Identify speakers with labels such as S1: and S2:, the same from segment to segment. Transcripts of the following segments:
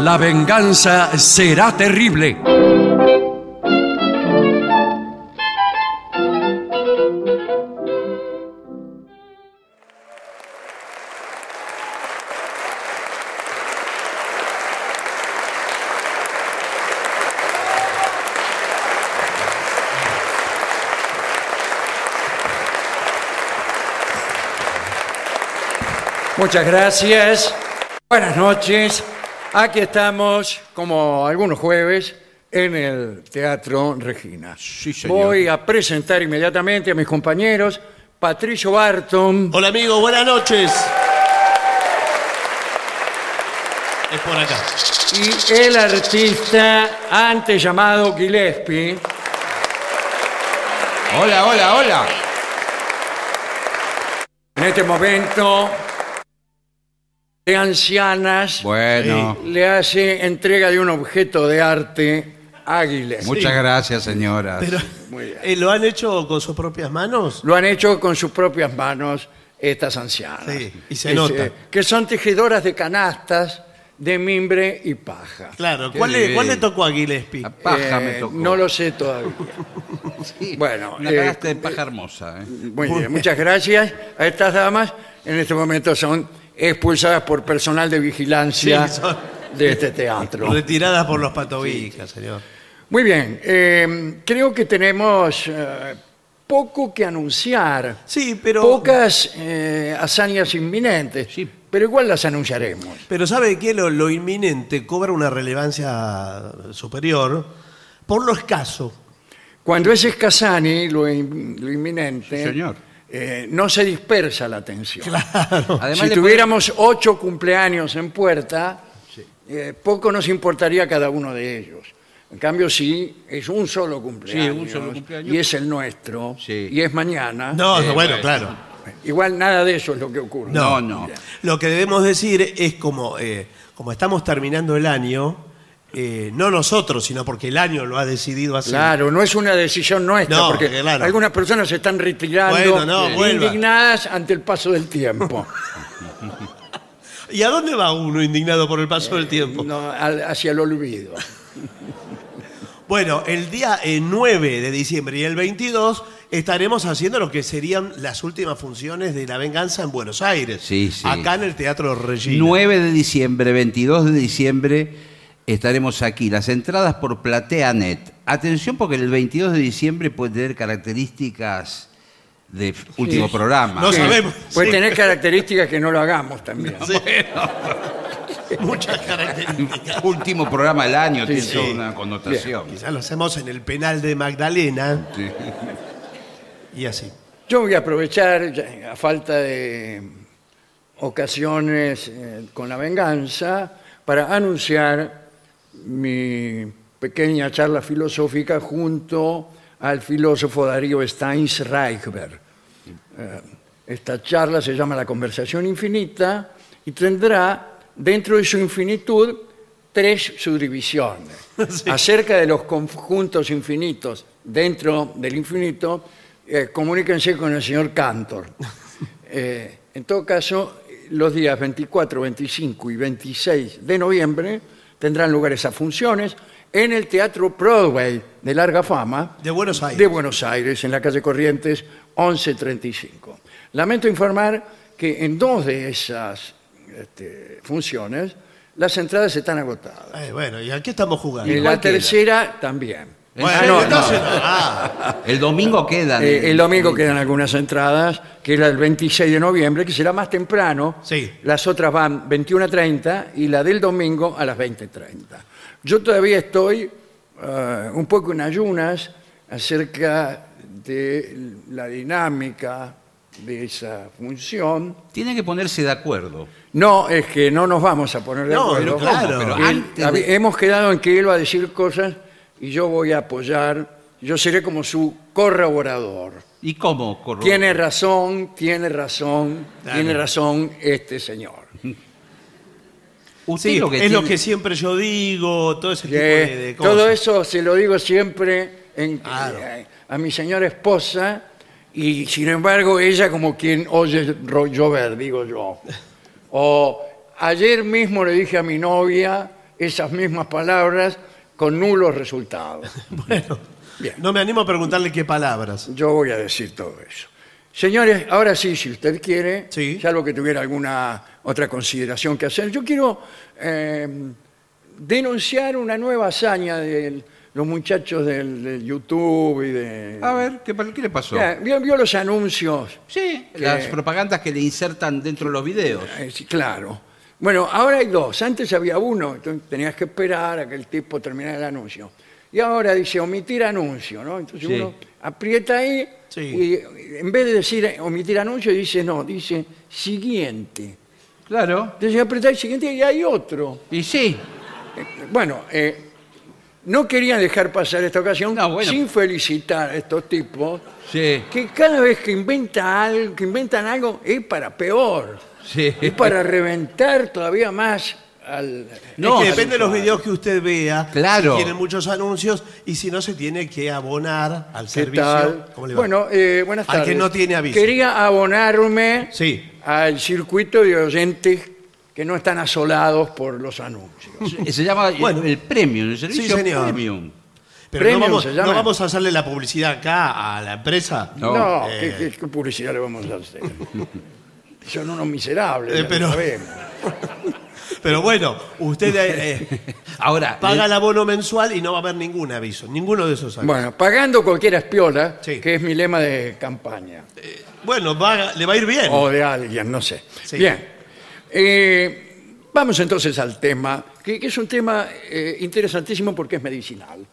S1: La venganza será terrible.
S2: Muchas gracias. Buenas noches. Aquí estamos, como algunos jueves, en el Teatro Regina.
S3: Sí, señor.
S2: Voy a presentar inmediatamente a mis compañeros Patricio Barton,
S3: Hola amigos, buenas noches. Es por acá.
S2: y el artista antes llamado Gillespie.
S4: Hola, hola, hola.
S2: En este momento, de ancianas,
S4: Bueno,
S2: le hace entrega de un objeto de arte a Gillespie.
S4: muchas gracias, señoras.
S3: Pero, eh, ¿Lo han hecho con sus propias manos?
S2: Lo han hecho con sus propias manos estas ancianas.
S3: Sí, y se
S2: Que
S3: nota.
S2: Que son tejedoras de canastas de mimbre y paja.
S3: Claro.
S4: Qué
S3: ¿Cuál le,
S4: divino. Ah,
S3: cuál le tocó a Gillespie?
S4: La paja
S2: Eh,
S4: me tocó.
S2: No lo sé todavía. bueno,
S4: Una
S2: eh,
S4: cagaste de paja hermosa. eh.
S2: Muy bien, muchas gracias a estas damas. En este momento son expulsadas por personal de vigilancia
S3: Sí, son-
S2: de este teatro.
S3: Retirada por los patobicas, señor.
S2: Muy bien, eh, creo que tenemos eh, poco que anunciar.
S3: Sí, pero.
S2: Pocas eh, hazañas inminentes,
S4: Sí.
S2: pero igual las anunciaremos.
S3: Pero ¿sabe qué? Lo, lo inminente cobra una relevancia superior por lo escaso.
S2: Cuando es escasani, lo, in- lo inminente,
S4: Sí, señor.
S2: eh, no se dispersa la atención.
S4: Además,
S2: si
S4: le
S2: tuviéramos ocho cumpleaños en puerta, eh, poco nos importaría cada uno de ellos. En cambio, si es un solo cumpleaños,
S4: Sí, un solo cumpleaños.
S2: y es el nuestro,
S4: Sí.
S2: y es mañana,
S3: No,
S4: Sí,
S3: no, bueno,
S4: bueno.
S3: claro.
S2: igual nada de eso es lo que ocurre.
S4: No, no.
S3: Lo que debemos decir es como, eh, como estamos terminando el año, eh, no nosotros, sino porque el año lo ha decidido así.
S2: Claro, no es una decisión nuestra,
S3: No,
S2: porque
S3: claro.
S2: algunas personas se están retirando
S3: Bueno, no, vuelva.
S2: indignadas ante el paso del tiempo.
S3: ¿Y a dónde va uno indignado por el paso del tiempo?
S2: No, al- hacia el olvido.
S3: Bueno, el día eh, 9 de diciembre y el 22 estaremos haciendo lo que serían las últimas funciones de La Venganza en Buenos Aires.
S4: Sí, sí.
S3: Acá en el Teatro Regina.
S4: 9 de diciembre, 22 de diciembre estaremos aquí. Las entradas por PlateaNet. Atención porque el 22 de diciembre puede tener características de f- último programa.
S3: No sabemos.
S2: Puede
S3: Sí.
S2: tener Pues características que no lo hagamos también.
S3: Muchas características.
S4: Último programa del año, tiene
S2: sí.
S4: toda una connotación.
S3: Quizás lo hacemos en el penal de Magdalena. Y así.
S2: Yo voy a aprovechar, ya, a falta de ocasiones eh, con la venganza, para anunciar mi pequeña charla filosófica junto al filósofo Darío Steins Reichberg. Eh, Esta charla se llama La conversación infinita y tendrá dentro de su infinitud tres subdivisiones. Acerca de los conjuntos infinitos dentro del infinito, eh, comuníquense con el señor Cantor. Eh, en todo caso, los días 24, 25 y 26 de noviembre tendrán lugar esas funciones en el Teatro Broadway de larga fama
S3: De Buenos Aires.
S2: de Buenos Aires, en la calle Corrientes 1135. Lamento informar que en dos de esas este, funciones las entradas están agotadas.
S3: Eh, bueno, y aquí estamos jugando.
S2: En la tercera también.
S3: Bueno,
S2: Ah, no, no.
S3: entonces, ah,
S4: El domingo quedan.
S2: Eh, el domingo quedan algunas entradas, que es la del 26 de noviembre, que será más temprano.
S3: Sí.
S2: Las otras van 21 a 30 y la del domingo a las 20.30. Yo todavía estoy eh, un poco en ayunas acerca de la dinámica de esa función.
S4: Tienen que ponerse de acuerdo.
S2: No, es que no nos vamos a poner de
S3: No,
S2: acuerdo.
S3: no, claro.
S2: Él-
S3: Pero
S4: antes
S2: hab-
S4: de-
S2: Hemos quedado en que él va a decir cosas y yo voy a apoyar. Yo seré como su corroborador.
S4: ¿Y cómo corro-
S2: Tiene razón, tiene razón,
S3: Dale.
S2: tiene razón este señor.
S4: Usted
S3: sí,
S4: lo que
S3: es
S4: tiene-
S3: lo que siempre yo digo, todo ese tipo de,
S2: Que
S3: de cosas.
S2: Eh, todo eso se lo digo siempre en-
S3: Claro.
S2: eh, a mi señora esposa y sin embargo ella como quien oye ro- llover, digo yo. O ayer mismo le dije a mi novia esas mismas palabras con nulos resultados.
S3: Bueno,
S2: Bien.
S3: no me animo a preguntarle qué palabras.
S2: Yo voy a decir todo eso. Señores, ahora sí, si usted quiere,
S3: Sí.
S2: salvo que tuviera alguna otra consideración que hacer, yo quiero eh, denunciar una nueva hazaña de los muchachos del, del YouTube y de...
S4: A ver, ¿qué, pa- qué le pasó?
S2: Ya, ¿Vio, vio los anuncios?
S4: Sí, las
S2: que-
S4: propagandas que le insertan dentro de los videos.
S2: Eh, sí, claro. Bueno, ahora hay dos. Antes había uno, entonces tenías que esperar a que el tipo terminara el anuncio. Y ahora dice omitir anuncio, ¿no? Entonces
S4: Sí.
S2: uno aprieta ahí
S3: Sí.
S2: y en vez de decir eh, omitir anuncio, dice no, dice siguiente.
S4: Claro.
S2: Entonces apretáis siguiente y hay otro.
S4: Y sí,
S2: Bueno, eh, no quería dejar pasar esta ocasión
S4: No, bueno.
S2: sin felicitar a estos tipos
S4: sí,
S2: que cada vez que inventa algo, que inventan algo es para peor.
S4: sí.
S2: Es para reventar todavía más al...
S4: No,
S3: es que depende de los
S2: al-
S3: videos que usted vea.
S4: Claro.
S3: Si tiene muchos anuncios y si no se tiene que abonar al
S2: ¿Qué
S3: servicio.
S2: tal?
S3: ¿Cómo le va?
S2: Bueno, eh, buenas
S3: Al que
S2: tardes.
S3: no tiene aviso.
S2: Quería abonarme
S3: Sí.
S2: al circuito de oyentes que no están asolados por los anuncios.
S4: Se llama el-
S3: Bueno.
S4: el premium, el servicio
S3: señor.
S4: premium.
S3: Pero
S2: Premium
S3: no, vamos,
S2: se llama.
S3: no vamos a hacerle la publicidad acá a la empresa.
S4: No,
S2: no,
S3: eh.
S2: ¿qué, qué- qué publicidad le vamos a hacer? Son unos miserables,
S3: Eh,
S2: ya lo
S3: pero-
S2: sabemos.
S3: Pero bueno, usted eh, eh,
S4: Ahora,
S3: paga
S4: eh,
S3: el abono mensual y no va a haber ningún aviso, ninguno de esos avisos.
S2: Bueno, pagando cualquier espiola,
S3: Sí.
S2: que es mi lema de campaña.
S3: Bueno, va- le va a ir bien.
S2: o de alguien, no sé.
S3: Sí.
S2: Bien. Eh, vamos entonces al tema, que, que es un tema eh, interesantísimo porque es medicinal.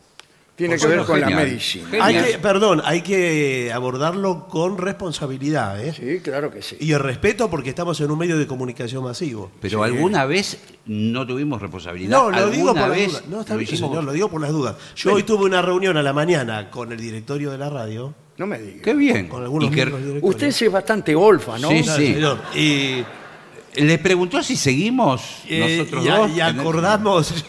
S2: Tiene
S4: Por
S2: que ver
S4: supuesto,
S2: con la
S4: genial.
S2: medicina.
S4: Genial.
S3: Hay que, perdón, hay que abordarlo con responsabilidad ¿eh?
S2: Sí, claro que sí.
S3: y el respeto porque estamos en un medio de comunicación masivo.
S4: pero alguna vez no tuvimos responsabilidad.
S3: No, lo digo por
S4: ¿Alguna
S3: las
S4: vez
S3: dudas. No, está
S4: lo
S3: bien,
S4: hicimos?
S3: señor, lo digo por las dudas. Yo hoy tuve una reunión a la mañana con el directorio de la radio.
S2: No me diga.
S4: Qué bien.
S3: Con algunos
S4: Y que-
S3: miembros del directorio.
S2: Usted es bastante olfa, ¿no?
S4: Sí,
S3: No,
S4: sí.
S3: señor. Y,
S4: ¿Le preguntó si seguimos
S3: eh,
S4: nosotros
S3: y a-
S4: dos?
S3: y acordamos,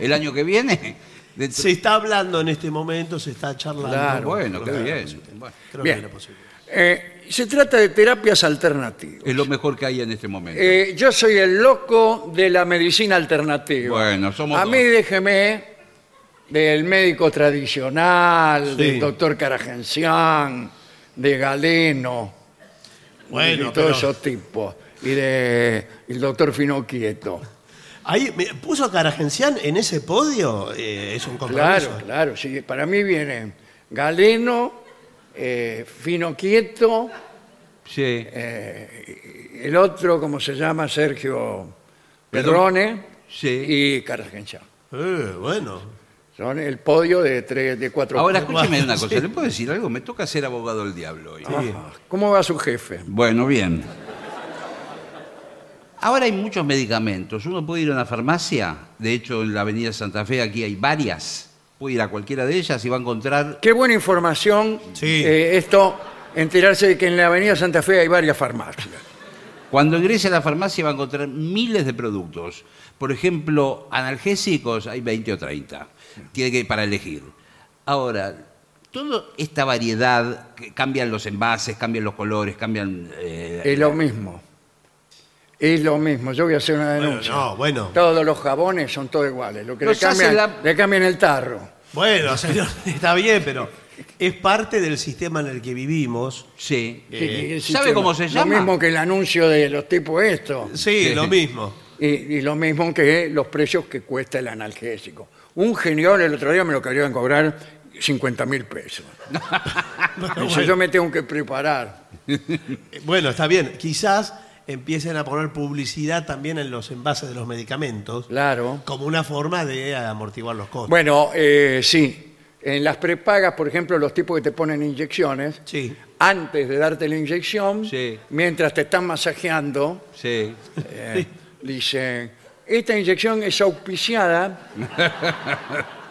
S4: ¿El año que viene? De-
S3: se está hablando en este momento, se está charlando.
S2: Claro,
S4: bueno, qué
S3: Claro,
S4: bien.
S3: sí. Bueno, creo
S2: Bien.
S3: que era posible.
S2: Eh, se trata de terapias alternativas.
S4: Es lo mejor que hay en este momento.
S2: Eh, yo soy el loco de la medicina alternativa.
S4: Bueno, somos
S2: A
S4: dos.
S2: mí déjeme del médico tradicional,
S3: Sí.
S2: del doctor Caragencián, de Galeno,
S3: Bueno,
S2: de todos
S3: pero-
S2: esos tipos, y de el doctor Finoquieto.
S3: Ahí me puso a Caragencián en ese podio, eh, es un compromiso.
S2: Claro, claro, sí. Para mí vienen Galeno, eh, Finoquieto,
S4: Sí.
S2: eh, el otro, como se llama, Sergio Pedrone,
S4: Sí.
S2: y Caragencián.
S3: Eh, bueno.
S2: Son el podio de, tres, de cuatro.
S4: Ahora
S2: puntos.
S4: escúcheme una
S3: Sí.
S4: cosa, ¿le puedo decir algo? Me toca ser abogado del diablo hoy.
S2: Ajá. Ah, ¿Cómo va su jefe?
S4: Bueno, bien. Ahora hay muchos medicamentos. Uno puede ir a una farmacia, de hecho en la Avenida Santa Fe aquí hay varias. Puede ir a cualquiera de ellas y va a encontrar...
S2: Qué buena información.
S3: Sí.
S2: eh, esto, enterarse de que en la Avenida Santa Fe hay varias farmacias.
S4: Cuando ingrese a la farmacia va a encontrar miles de productos. Por ejemplo, analgésicos hay 20 o 30. Tiene que para elegir. Ahora, toda esta variedad, que cambian los envases, cambian los colores, cambian... eh,
S2: Es lo mismo. Es lo mismo. Yo voy a hacer una
S3: Bueno,
S2: denuncia.
S3: no, bueno.
S2: Todos los jabones son todos iguales. Lo que le
S4: Nos hace
S2: cambian,
S4: la-
S2: le cambian el tarro.
S3: Bueno, señor, está bien, pero es parte del sistema en el que vivimos.
S4: Sí.
S2: ¿Qué- qué- qué
S4: ¿Sabe
S2: sistema?
S4: cómo se
S2: Lo
S4: llama?
S2: mismo que el anuncio de los tipos estos.
S3: Sí,
S4: Sí.
S3: lo mismo.
S2: Y, y lo mismo que los precios que cuesta el analgésico. Un genial el otro día me lo querían cobrar 50 mil pesos.
S3: Ah,
S2: Eso yo me tengo que preparar.
S3: Eh, Bueno, está bien. Quizás empiecen a poner publicidad también en los envases de los medicamentos
S2: Claro.
S3: como una forma de amortiguar los costos.
S2: Bueno, eh, sí. En las prepagas, por ejemplo, los tipos que te ponen inyecciones,
S3: Sí.
S2: antes de darte la inyección,
S4: Sí.
S2: mientras te están masajeando,
S4: Sí.
S2: eh, dicen, esta inyección es auspiciada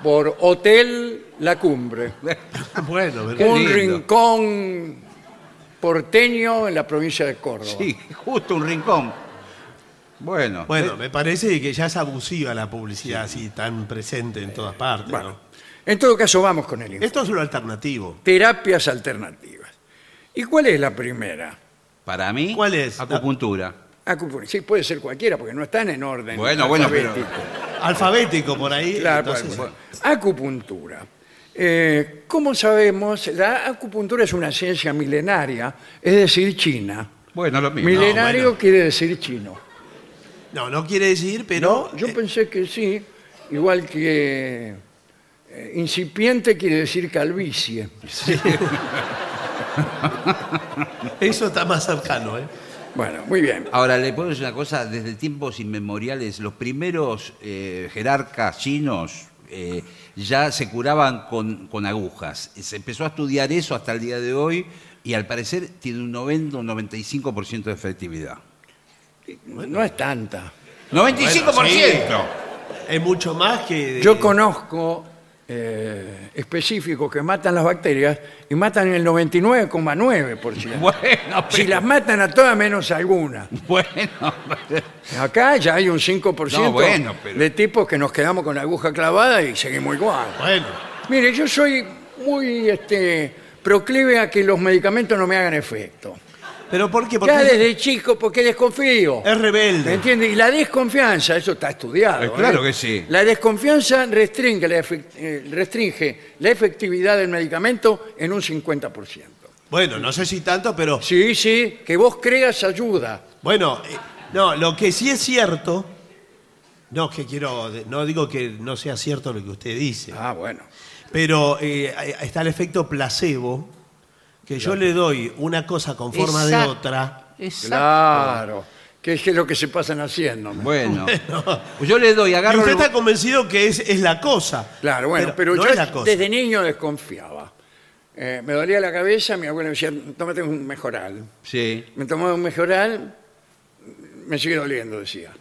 S2: por Hotel La Cumbre,
S3: Bueno, pero-
S2: un
S4: lindo.
S2: rincón porteño en la provincia de Córdoba.
S4: Sí, justo un rincón. Bueno.
S3: bueno, me parece que ya es abusiva la publicidad así tan presente en todas partes. ¿no?
S2: Bueno, en todo caso, vamos con el informe.
S3: Esto es lo alternativo.
S2: Terapias alternativas. ¿Y cuál es la primera?
S4: Para mí,
S3: ¿Cuál es?
S4: Acupuntura.
S2: Ah. Acupuntura. Sí, puede ser cualquiera, porque no están en orden.
S4: Bueno, bueno, pero-
S2: alfabético.
S3: alfabético por ahí.
S2: Claro, pues,
S3: entonces-
S2: bueno, bueno. Acupuntura. Eh, como sabemos, la acupuntura es una ciencia milenaria, es decir, china.
S4: Bueno, lo mismo.
S2: Milenario
S3: bueno.
S2: quiere decir chino.
S3: No, no quiere decir, pero.
S2: No, yo
S3: eh,
S2: pensé que sí, igual que eh, incipiente quiere decir calvicie.
S3: eh, eso está más cercano, ¿eh?
S2: Bueno, muy bien.
S4: Ahora, le puedo decir una cosa, desde tiempos inmemoriales, los primeros eh, jerarcas chinos eh, ya se curaban con, con agujas. Se empezó a estudiar eso hasta el día de hoy y al parecer tiene un 90 o 95% de efectividad.
S2: No es tanta.
S4: ¡95%!
S3: Es mucho más que.
S2: Yo conozco eh, específicos que matan las bacterias y matan el 99,9%.
S4: Bueno, pero-
S2: Si las matan a todas menos alguna.
S4: Bueno, pero-
S2: Acá ya hay un 5%
S4: No, bueno, pero-
S2: de tipos que nos quedamos con la aguja clavada y seguimos igual.
S3: Bueno,
S2: Mire, yo soy muy este, proclive a que los medicamentos no me hagan efecto.
S3: pero ¿por qué? Porque
S2: Ya desde chico, porque desconfío.
S3: es
S2: ¿Me
S3: rebelde.
S2: entiende? Y la desconfianza, eso está estudiado.
S4: Eh, claro
S2: ¿eh?
S4: que sí.
S2: La desconfianza restringe la, efec- eh, restringe la efectividad del medicamento en un 50%.
S3: Bueno, no sé si tanto, pero.
S2: Sí, sí, que vos creas ayuda.
S3: Bueno, eh, no, lo que sí es cierto. No, que quiero. No digo que no sea cierto lo que usted dice.
S2: Ah, bueno.
S3: Pero eh, ahí está el efecto placebo, que yo le doy una cosa con forma de
S4: Exacto.
S3: otra.
S2: Claro. Que es que es lo que se pasan haciendo. ¿no?
S4: bueno. Yo le doy,
S3: Y
S4: agarro...
S3: usted
S4: el-
S3: está convencido que es, es la cosa.
S2: Claro, bueno, pero,
S3: no
S2: yo
S3: es la cosa.
S2: desde niño desconfiaba. Eh, me dolía la cabeza, mi abuela me decía, tómate un mejoral.
S4: Sí.
S2: Me tomaba un mejoral, me sigue doliendo, decía.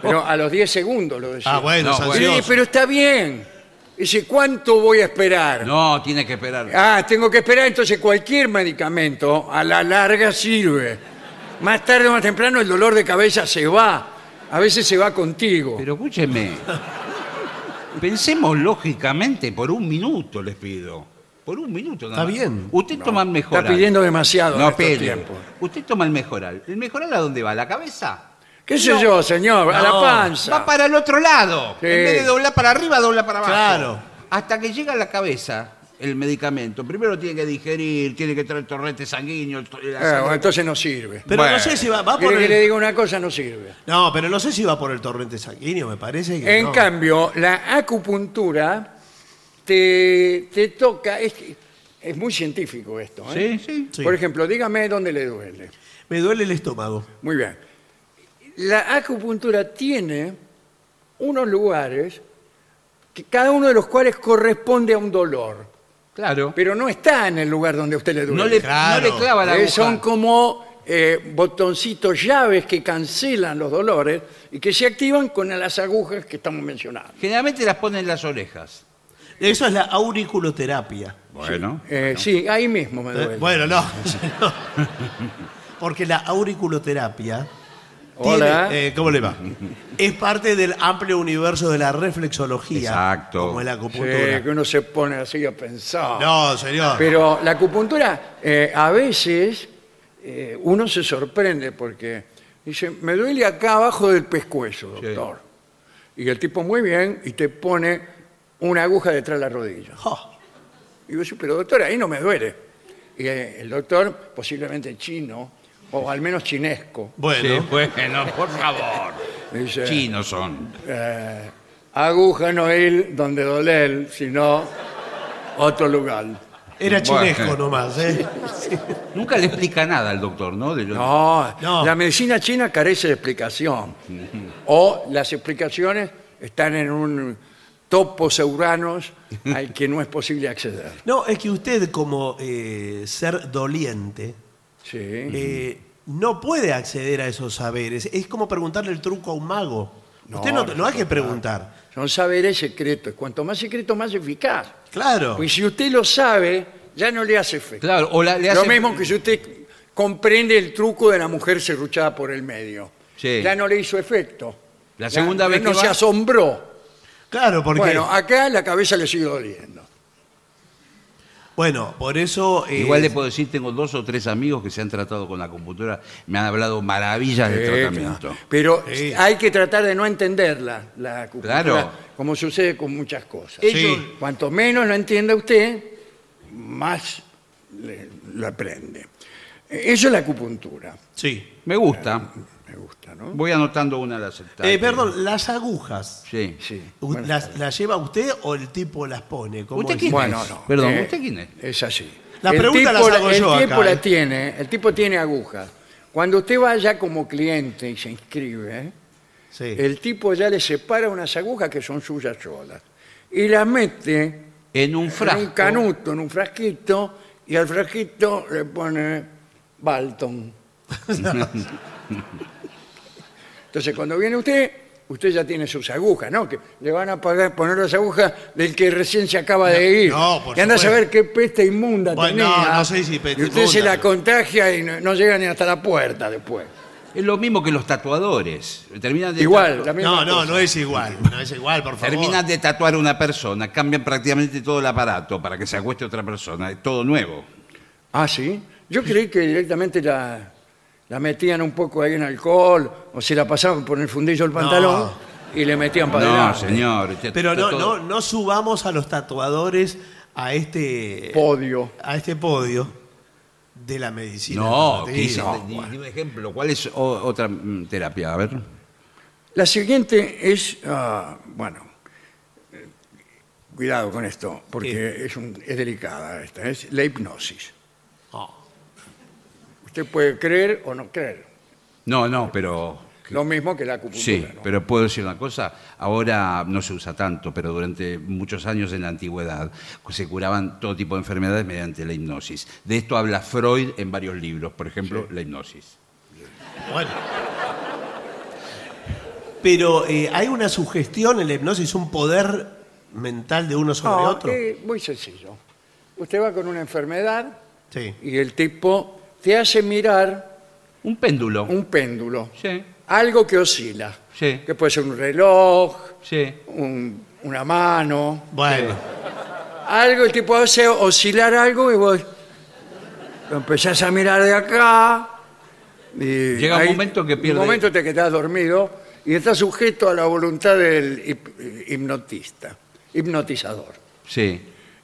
S2: Pero, a los 10 segundos lo decía.
S3: Ah, bueno,
S4: No,
S3: es
S4: bueno.
S2: Sí,
S3: ansioso.
S2: pero está bien. Dice, ¿cuánto voy a esperar?
S4: No, tiene que esperar.
S2: Ah, tengo que esperar, entonces cualquier medicamento a la larga sirve. Más tarde o más temprano el dolor de cabeza se va. A veces se va contigo.
S4: Pero escúcheme. Pensemos lógicamente por un minuto, les pido. Por un minuto nada
S3: Está
S4: más.
S3: bien.
S4: Usted toma el mejoral.
S2: está pidiendo demasiado en
S4: No
S2: estos
S4: pide.
S2: tiempos.
S4: Usted toma el mejoral. ¿El mejoral a dónde va? ¿A la cabeza?
S2: ¿Qué sé yo, señor? A la
S3: No,
S2: panza. Eh,
S4: Va para el otro lado.
S2: Sí.
S4: En vez de doblar para arriba, dobla para abajo.
S3: Claro.
S4: Hasta que llega a la cabeza el medicamento. Primero tiene que digerir, tiene que traer el torrente sanguíneo. el to- la
S2: Ah,
S4: sangre.
S2: bueno, entonces no sirve.
S3: Pero
S4: Bueno.
S3: no sé si va, va por
S2: ¿Quiere que le
S3: el...
S2: diga una cosa? No sirve.
S3: No, pero no sé si va por el torrente sanguíneo, me parece que
S2: En
S3: no.
S2: cambio, la acupuntura te, te toca... Es, que- es muy científico esto. ¿eh?
S4: Sí, sí.
S3: Sí.
S2: Por ejemplo, dígame dónde le duele.
S3: Me duele el estómago.
S2: Muy bien. La acupuntura tiene unos lugares, que cada uno de los cuales corresponde a un dolor,
S4: Claro.
S2: pero no está en el lugar donde a usted le duele.
S4: No le,
S3: Claro.
S4: no le clava la
S2: Eh,
S4: aguja.
S2: son como eh, botoncitos llaves que cancelan los dolores y que se activan con las agujas que estamos mencionando.
S4: Generalmente las ponen en las orejas.
S3: Eso es la auriculoterapia.
S4: Bueno.
S2: Eh, Sí, ahí mismo me duele.
S3: Eh, Bueno, no. no. Porque la auriculoterapia. tiene-
S2: Hola.
S3: eh, ¿Cómo le va? Es parte del amplio universo de la reflexología.
S4: Exacto.
S3: Como la
S2: Sí,
S3: acupuntura.
S2: que uno se pone así a pensar.
S3: No, señor.
S2: Pero la acupuntura, eh, a veces eh, uno se sorprende porque dice, me duele acá abajo del pescuezo, doctor. Y el tipo muy bien y te pone una aguja detrás de la rodilla.
S3: Jo,
S2: Y yo pero doctor, ahí no me duele. Y eh, el doctor, posiblemente chino, o al menos chinesco,
S3: bueno.
S4: bueno, por favor.
S2: me dice,
S4: Chinos son.
S2: eh, aguja no ir donde doler, sino otro lugar.
S3: Era chinesco
S4: Bueno.
S3: nomás, ¿eh?
S4: Nunca le explica nada al doctor, ¿no? De lo-
S2: No,
S3: No.
S2: la medicina china carece de explicación. O las explicaciones están en un topos euranos al que no es posible acceder.
S3: No, es que usted como eh, ser doliente
S2: Sí.
S3: eh, no puede acceder a esos saberes. Es como preguntarle el truco a un mago. usted no,
S2: no,
S3: no hay que preguntar.
S2: Son saberes secretos. Cuanto más secreto, más eficaz.
S3: Claro.
S2: Pues si usted lo sabe, ya no le hace efecto.
S4: Claro, o la- le
S2: Lo
S4: hace-
S2: mismo que si usted comprende el truco de la mujer serruchada por el medio.
S4: Sí.
S2: Ya no le hizo efecto.
S4: La
S2: Ya-
S4: segunda
S2: ya
S4: vez
S2: no
S4: que
S2: se
S4: va-
S2: asombró.
S3: Claro, porque.
S2: ah. Bueno, acá la cabeza le sigue doliendo.
S3: Bueno, por eso. eh,
S4: Igual le puedo decir, tengo dos o tres amigos que se han tratado con la computadora, me han hablado maravillas del tratamiento.
S2: Pero
S3: Sí.
S2: hay que tratar de no entenderla, la acupuntura,
S4: Claro.
S2: como sucede con muchas cosas.
S4: Ellos-
S2: Cuanto menos la entienda usted, más le- la aprende. Eso es la acupuntura,
S3: Sí.
S4: Me gusta.
S2: me gusta, ¿no?
S4: Voy anotando una al aceptar.
S3: Eh, perdón, las agujas.
S4: Sí.
S2: Sí.
S3: U- ¿Las, las lleva usted o el tipo las pone? ¿Cómo
S4: ¿Usted
S3: es?
S4: quién?
S2: Bueno,
S4: es?
S2: no. eh,
S4: Perdón, ¿usted quién es?
S2: Es así.
S3: La
S2: El
S3: pregunta
S2: tipo
S3: las hago
S2: el
S3: yo acá,
S2: tipo la
S3: ¿eh?
S2: tiene, el tipo tiene agujas. Cuando usted vaya como cliente y se inscribe, ¿eh?
S3: Sí.
S2: el tipo ya le separa unas agujas que son suyas solas y las mete
S4: En un frasco.
S2: en un canuto, en un frasquito, y al frasquito le pone Balton. Entonces, cuando viene usted, usted ya tiene sus agujas, ¿no? Que le van a pagar, poner las agujas del que recién se acaba de ir.
S3: no, por
S2: y anda a
S3: supuesto.
S2: saber qué peste inmunda
S3: Bueno,
S2: tenía.
S3: no, no sé si peste
S2: y usted se la
S3: inmunda, pero-
S2: contagia y no, no llega ni hasta la puerta después.
S4: Es lo mismo que los tatuadores. Terminan de
S2: Igual, la
S4: tatu-
S2: misma
S3: No, no,
S2: cosa.
S3: no es igual. No es igual, por favor.
S4: Terminan de tatuar a una persona, cambian prácticamente todo el aparato para que se acueste otra persona, es todo nuevo.
S2: Ah, sí. Yo creí que directamente la, la metían un poco ahí en alcohol o se la pasaban por el fundillo del pantalón y le metían para
S4: No,
S2: adelante.
S4: señor. usted-
S3: Pero no,
S4: todo-
S3: no, no subamos a los tatuadores a este,
S2: Podio.
S3: a este podio de la medicina.
S4: No,
S3: alternativa.
S4: quise- di- di un ejemplo. ¿Cuál es o- otra mm, terapia? A ver.
S2: La siguiente es, ah, bueno, eh, cuidado con esto, porque es, un- es delicada esta, es la hipnosis.
S3: No.
S2: Usted puede creer o no creer,
S4: No, no, pero.
S2: lo mismo que la acupuntura.
S4: Sí,
S2: ¿no?
S4: pero puedo decir una cosa. Ahora no se usa tanto, pero durante muchos años en la antigüedad se curaban todo tipo de enfermedades mediante la hipnosis. De esto habla Freud en varios libros, por ejemplo, la hipnosis.
S3: Bueno. Pero eh, hay una sugestión en la hipnosis, un poder mental de uno sobre
S2: No, eh,
S3: otro.
S2: es muy sencillo. Usted va con una enfermedad
S3: Sí.
S2: y el tipo te hace mirar
S4: Un péndulo.
S2: un péndulo.
S4: Sí,
S2: Algo que oscila.
S4: Sí.
S2: Que puede ser un reloj,
S4: sí.
S2: un- una mano.
S3: Bueno,
S2: Algo, el tipo hace oscilar algo y vos lo empezás a mirar de acá. y
S4: Llega un
S2: ahí-
S4: momento que pierde-
S2: Un momento te quedás dormido y estás sujeto a la voluntad del hip- hipnotista, hipnotizador.
S4: Sí.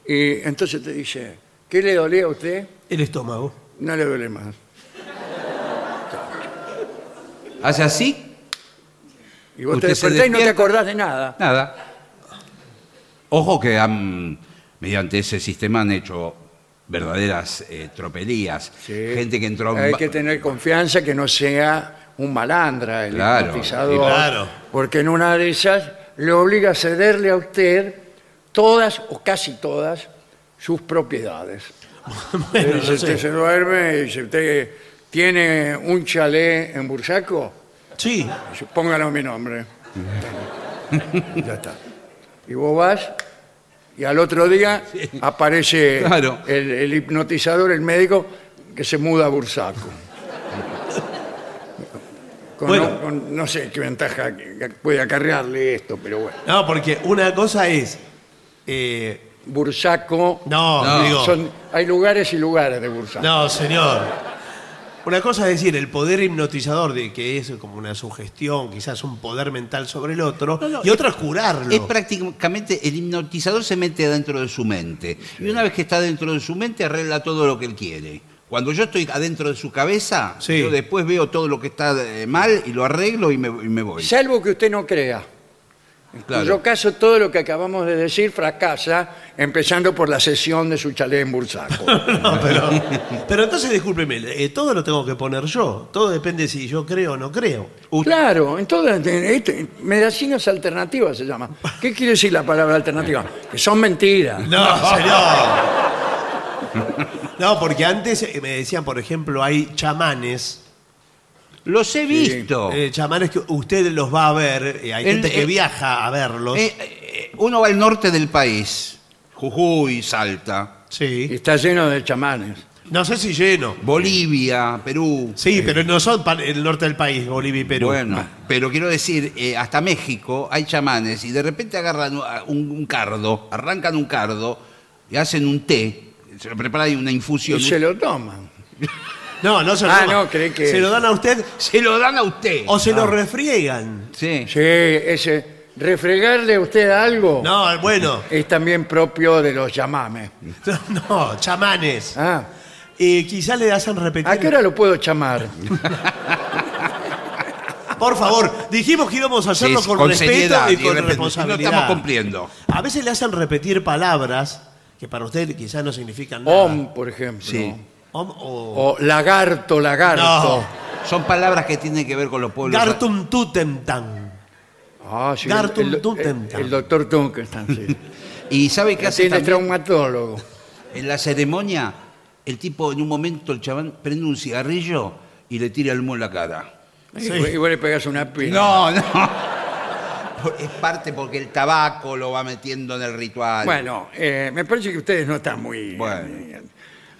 S2: Y entonces te dice, ¿qué le dolía a usted?
S3: el estómago.
S2: No le duele más.
S4: Hace así,
S2: Y vos te
S4: Usted se
S2: despertás y no te
S4: despierta.
S2: acordás de nada.
S4: nada. Ojo que han, mediante ese sistema han hecho verdaderas eh, tropelías.
S2: Sí.
S4: Gente que entró a un
S2: Hay
S4: ba-
S2: que tener confianza que no sea un malandra el
S4: Claro,
S2: hipnotizador,
S4: sí,
S3: claro.
S2: porque en una de esas le obliga a cederle a usted todas o casi todas sus propiedades.
S3: Bueno,
S2: Eh, si
S3: no
S2: usted
S3: sé.
S2: se duerme y si usted tiene un chalet en Bursaco,
S3: Sí,
S2: póngalo a mi nombre. ya está. Y vos vas y al otro día aparece
S4: Claro.
S2: el, el hipnotizador, el médico, que se muda a Bursaco. Con-
S3: Bueno.
S2: con- no sé qué ventaja que- que puede acarrearle esto, pero bueno.
S3: no, porque una cosa es. eh,
S2: Bursaco,
S3: no,
S4: No.
S3: digo.
S2: son- hay lugares y lugares de Bursaco.
S3: No, señor. Una cosa es decir, el poder hipnotizador, de que es como una sugestión, quizás un poder mental sobre el otro, y otra es curarlo.
S4: Es prácticamente, el hipnotizador se mete adentro de su mente. Y una vez que está dentro de su mente, arregla todo lo que él quiere. Cuando yo estoy adentro de su cabeza,
S3: Sí.
S4: yo después veo todo lo que está eh, mal y lo arreglo y me, y me voy.
S2: Salvo que usted no crea. En
S4: Claro.
S2: cuyo caso, todo lo que acabamos de decir fracasa, empezando por la sesión de su chalet en Bursaco.
S3: No, pero, pero entonces, discúlpeme, eh, todo lo tengo que poner yo. Todo depende si yo creo o no creo.
S2: Claro, entonces, eh, este, medicinas alternativas se llama. ¿Qué quiere decir la palabra alternativa? Que son mentiras.
S3: No, señor. No, porque antes eh, me decían, por ejemplo, hay chamanes.
S4: Los he visto.
S3: eh, chamanes que usted los va a ver, eh, hay
S4: El-
S3: gente que
S4: el-
S3: viaja a verlos.
S4: Eh, eh, uno va al norte del país, Jujuy, Salta,
S2: Y
S3: sí.
S2: está lleno de chamanes.
S3: No sé si lleno.
S4: Bolivia, Perú.
S3: Sí, pero no son pa- el norte del país, Bolivia y Perú.
S4: Eh.
S3: Ah.
S4: Bueno, pero quiero decir, eh, hasta México hay chamanes y de repente agarran un, un cardo, arrancan un cardo y hacen un té, se lo prepara y una infusión.
S2: Y se lo toman.
S3: No, no se lo
S2: Ah,
S3: toman.
S2: no, creí que-
S3: Se lo dan a usted
S4: Se lo dan a usted.
S3: o se lo refriegan.
S4: Sí.
S2: Sí, ese refregarle a usted algo
S3: No, bueno.
S2: es también propio de los yamames.
S3: No, chamanes.
S2: Ah,
S3: Eh, quizás le hacen repetir.
S2: ¿A qué hora lo puedo chamar?
S3: Por favor, dijimos que íbamos a hacerlo
S4: Sí,
S3: con,
S4: con
S3: respeto
S4: seriedad
S3: y
S4: y
S3: con
S4: respeto.
S3: responsabilidad.
S4: No estamos cumpliendo.
S3: A veces le hacen repetir palabras que para usted quizás no significan nada.
S2: Om, por ejemplo.
S4: Sí.
S3: Om
S2: O
S3: o-
S2: lagarto, lagarto.
S3: No.
S4: Son palabras que tienen que ver con los pueblos.
S3: Gartum tutem tam.
S2: Ah, sí,
S3: Gartum
S2: el, el,
S3: Tuntenthal.
S2: el doctor Tunkenstein, sí.
S4: Y sabe qué hace
S2: Tiene
S4: también?
S2: traumatólogo.
S4: En la ceremonia, el tipo, en un momento, el chabán prende un cigarrillo y le tira el humo en la cara.
S3: Sí.
S2: Y vos le pegás una pila.
S4: No, no. Por- Es parte porque el tabaco lo va metiendo en el ritual.
S2: Bueno, eh, me parece que ustedes no están muy...
S4: Bueno.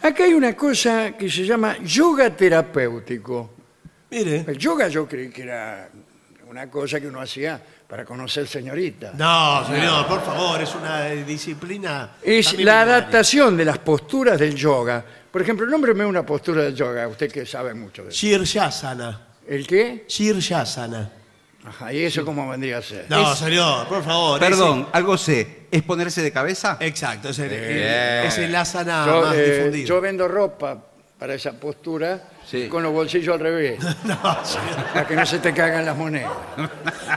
S2: Acá hay una cosa que se llama yoga terapéutico.
S3: Mire.
S2: El yoga yo creí que era una cosa que uno hacía para conocer señoritas.
S3: No, señor, por favor, es una eh, disciplina.
S2: Es
S3: también
S2: la
S3: milenaria.
S2: adaptación de las posturas del yoga. Por ejemplo, nómbreme una postura del yoga, usted que sabe mucho de eso.
S3: Shirshasana.
S2: ¿El qué?
S3: Shirshasana.
S2: Ajá, ¿y eso cómo vendría a ser?
S3: No, señor, por favor.
S4: Perdón, Eh, algo sé. ¿Es ponerse de cabeza?
S3: ese- exacto, es el,
S4: Bien.
S3: es el asana
S2: Yo,
S3: más
S2: eh,
S3: difundido.
S2: yo vendo ropa para esa postura
S4: Sí.
S2: con los bolsillos al revés,
S3: No, señor.
S2: para que no se te cagan las monedas.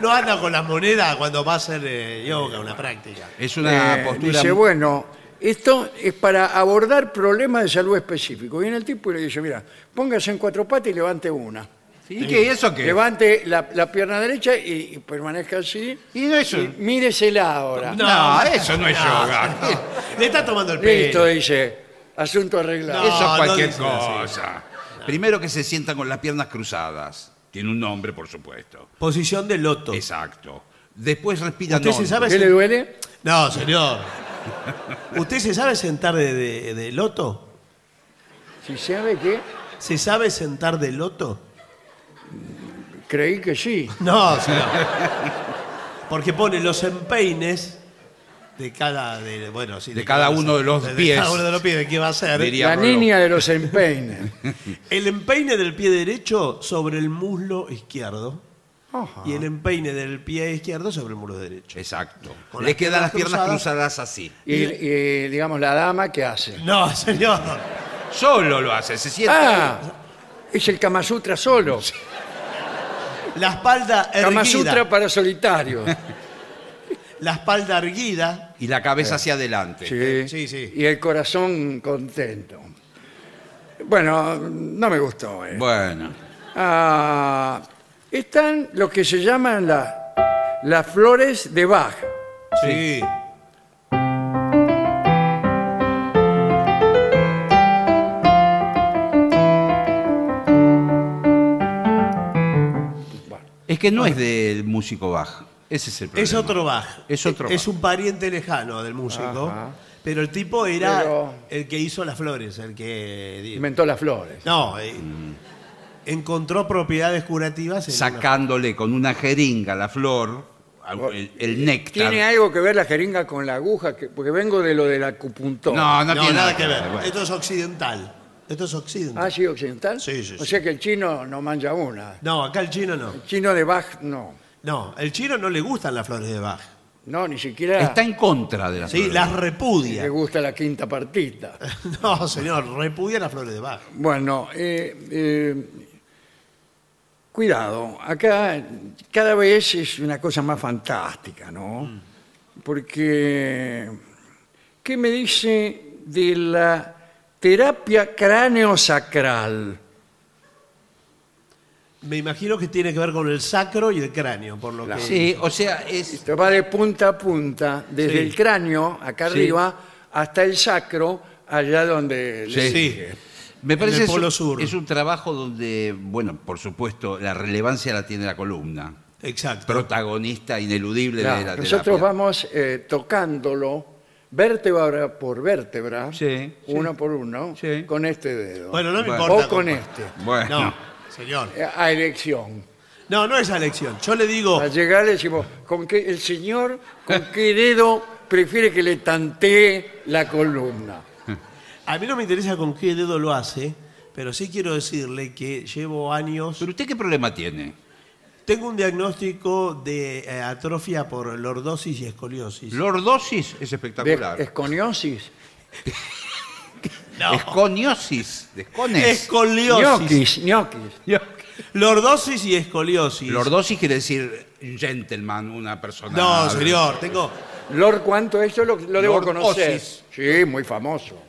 S3: No anda con las monedas cuando va a hacer eh, yoga, una práctica.
S4: Es una
S2: Eh,
S4: postura.
S2: Dice, bueno, esto es para abordar problemas de salud específicos. Viene el tipo y le dice, mira, póngase en cuatro patas y levante una.
S4: ¿Y qué? ¿Eso qué?
S2: Levante la, la pierna derecha y, y permanezca así.
S4: Y no es
S2: Y
S4: un-
S2: míresela ahora.
S4: No, eso no es yoga. eh.
S3: Le está tomando el
S2: Listo,
S3: pelo.
S2: dice. Asunto arreglado.
S3: No,
S4: Eso es cualquier
S3: dicen así.
S4: cosa. Primero que se sientan con las piernas cruzadas. Tiene un nombre, por supuesto.
S3: Posición de loto.
S4: Exacto. Después respiran
S3: Usted se
S4: hondo.
S3: sabe-
S2: ¿Qué le duele?
S3: No, señor. ¿Usted se sabe sentar de, de- de loto?
S2: Si sabe que
S3: ¿Se sabe sentar de loto?
S2: creí que sí.
S3: No, señor. Porque pone los empeines de cada de, bueno, sí,
S4: De cada uno de los pies.
S3: cada uno de los pies de qué va a ser.
S4: Diría-
S2: La
S4: Rolón.
S2: niña de los empeines.
S3: El empeine del pie derecho sobre el muslo izquierdo
S4: Ah.
S2: Ajá.
S3: y el empeine del pie izquierdo sobre el muslo derecho.
S4: Exacto.
S3: Con
S4: Le
S3: las
S4: quedan las
S3: piernas
S4: piernas cruzadas. así.
S2: Y, y, digamos, la dama, ¿qué hace?
S3: No, señor.
S4: Solo lo hace. Se sienta.
S2: ¡Ah! Es el Kama Sutra solo.
S3: La espalda
S2: Kama Sutra
S3: erguida.
S2: para solitario.
S3: La espalda erguida.
S4: Y la cabeza hacia adelante.
S2: Sí.
S3: Eh. Sí, sí.
S2: Y el corazón contento. Bueno, no me gustó. eh.
S4: Bueno.
S2: Ah, están lo que se llaman la- las flores de Bach.
S3: Sí.
S4: Es que no es del músico Bach. Ese es el problema.
S3: Es otro Bach.
S4: Es otro
S3: Es
S4: Bach.
S3: un pariente lejano del músico.
S2: Ajá.
S3: Pero el tipo era
S2: Pero-
S3: el que hizo las flores, el que.
S2: Inventó las flores.
S3: No, eh, encontró propiedades curativas. en
S4: Sacándole con una jeringa la flor, el, el néctar.
S2: ¿Tiene algo que ver la jeringa con la aguja? Que- porque vengo de lo del acupuntor.
S4: No, no,
S3: una- No,
S4: tiene
S3: nada que ver.
S4: Bueno.
S3: Esto es occidental. Esto es occidental.
S2: ¿Ah, sí, occidental?
S3: Sí, sí,
S2: O
S3: sí.
S2: sea que el chino no mancha una.
S3: No, acá el chino no.
S2: El chino de Bach, no.
S3: No, el chino no le gustan las flores de Bach.
S2: No, ni siquiera
S4: Está en contra de la
S3: Sí,
S4: flor.
S3: las
S2: le
S3: repudia.
S2: gusta la quinta partita.
S3: No, señor, repudia las flores de Bach.
S2: Bueno, eh, eh, cuidado, acá cada vez es una cosa más fantástica, ¿no?
S4: Mm.
S2: Porque, ¿qué me dice de la terapia cráneo-sacral?
S3: Me imagino que tiene que ver con el sacro y el cráneo, por lo que.
S4: Sí, o sea, es.
S2: Esto va de punta a punta, desde
S3: Sí.
S2: el cráneo, acá
S4: Sí.
S2: arriba, hasta el sacro, allá donde... le
S4: Sí.
S3: Sí.
S4: Me parece
S3: el
S4: es un-
S3: Polo Sur.
S4: es un trabajo donde, bueno, por supuesto, la relevancia la tiene la columna.
S3: Exacto.
S4: Protagonista ineludible
S2: Claro,
S4: de la
S2: nosotros
S4: terapia.
S2: vamos eh, tocándolo vértebra por vértebra,
S4: Sí, sí.
S2: uno por uno,
S4: Sí.
S2: con este dedo.
S3: Bueno, no me
S4: Bueno.
S3: importa.
S2: o con
S3: compa-
S2: este,
S4: Bueno.
S3: No, señor.
S2: eh, a elección.
S3: No, no es la elección. Yo le
S4: Oh.
S3: digo,
S2: Al llegar le decimos, ¿con qué, el señor con qué dedo prefiere que le tantee la columna?
S3: A mí no me interesa con qué dedo lo hace, pero sí quiero decirle que llevo años.
S4: ¿Pero usted qué problema tiene?
S3: Tengo un diagnóstico de eh, atrofia por lordosis y escoliosis.
S4: Lordosis es espectacular.
S2: De esconiosis.
S3: No.
S4: Esconiosis. Descones.
S3: Escoliosis.
S2: Ñoquis, ñoquis.
S3: Lordosis y escoliosis.
S4: Lordosis quiere decir gentleman, una persona.
S3: no, señor, tengo.
S2: Lord cuánto eso lo, lo debo
S4: Lord
S2: conocer.
S4: Osis.
S2: Sí, muy famoso.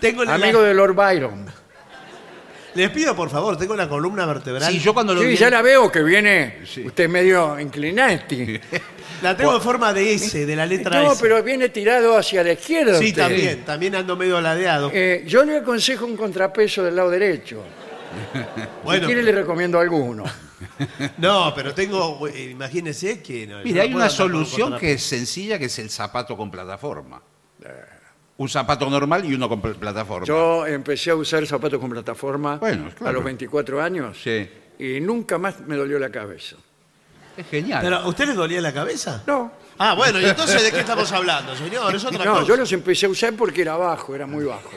S3: tengo la-
S2: Amigo de Lord Byron.
S3: Les pido, por favor, tengo la columna vertebral.
S4: Sí, yo cuando lo
S2: Sí,
S4: vi-
S2: ya la veo que viene usted medio inclinante.
S3: La tengo en forma de S, de la letra
S2: No,
S3: S.
S2: pero viene tirado hacia la izquierda.
S3: Sí,
S2: usted.
S3: también, también ando medio ladeado.
S2: Eh, yo le aconsejo un contrapeso del lado derecho.
S3: bueno,
S2: Si quiere le recomiendo alguno.
S3: no, pero tengo, eh, imagínese que... no, yo
S4: Mire,
S3: no
S4: hay
S3: puedo
S4: una
S3: andar con
S4: solución
S3: contrapeso.
S4: que es sencilla, que es el zapato con plataforma. Un zapato normal y uno con pl- plataforma.
S2: Eh. Yo empecé a usar zapatos con plataforma
S4: Bueno, claro.
S2: a los 24 años
S4: Sí.
S2: y nunca más me dolió la cabeza.
S4: Es genial.
S3: ¿Pero a usted le dolía la cabeza?
S2: No,
S3: Ah, bueno, ¿y entonces de qué estamos hablando, señor? Es otra
S2: no,
S3: cosa.
S2: yo los empecé a usar porque era bajo, era muy bajo.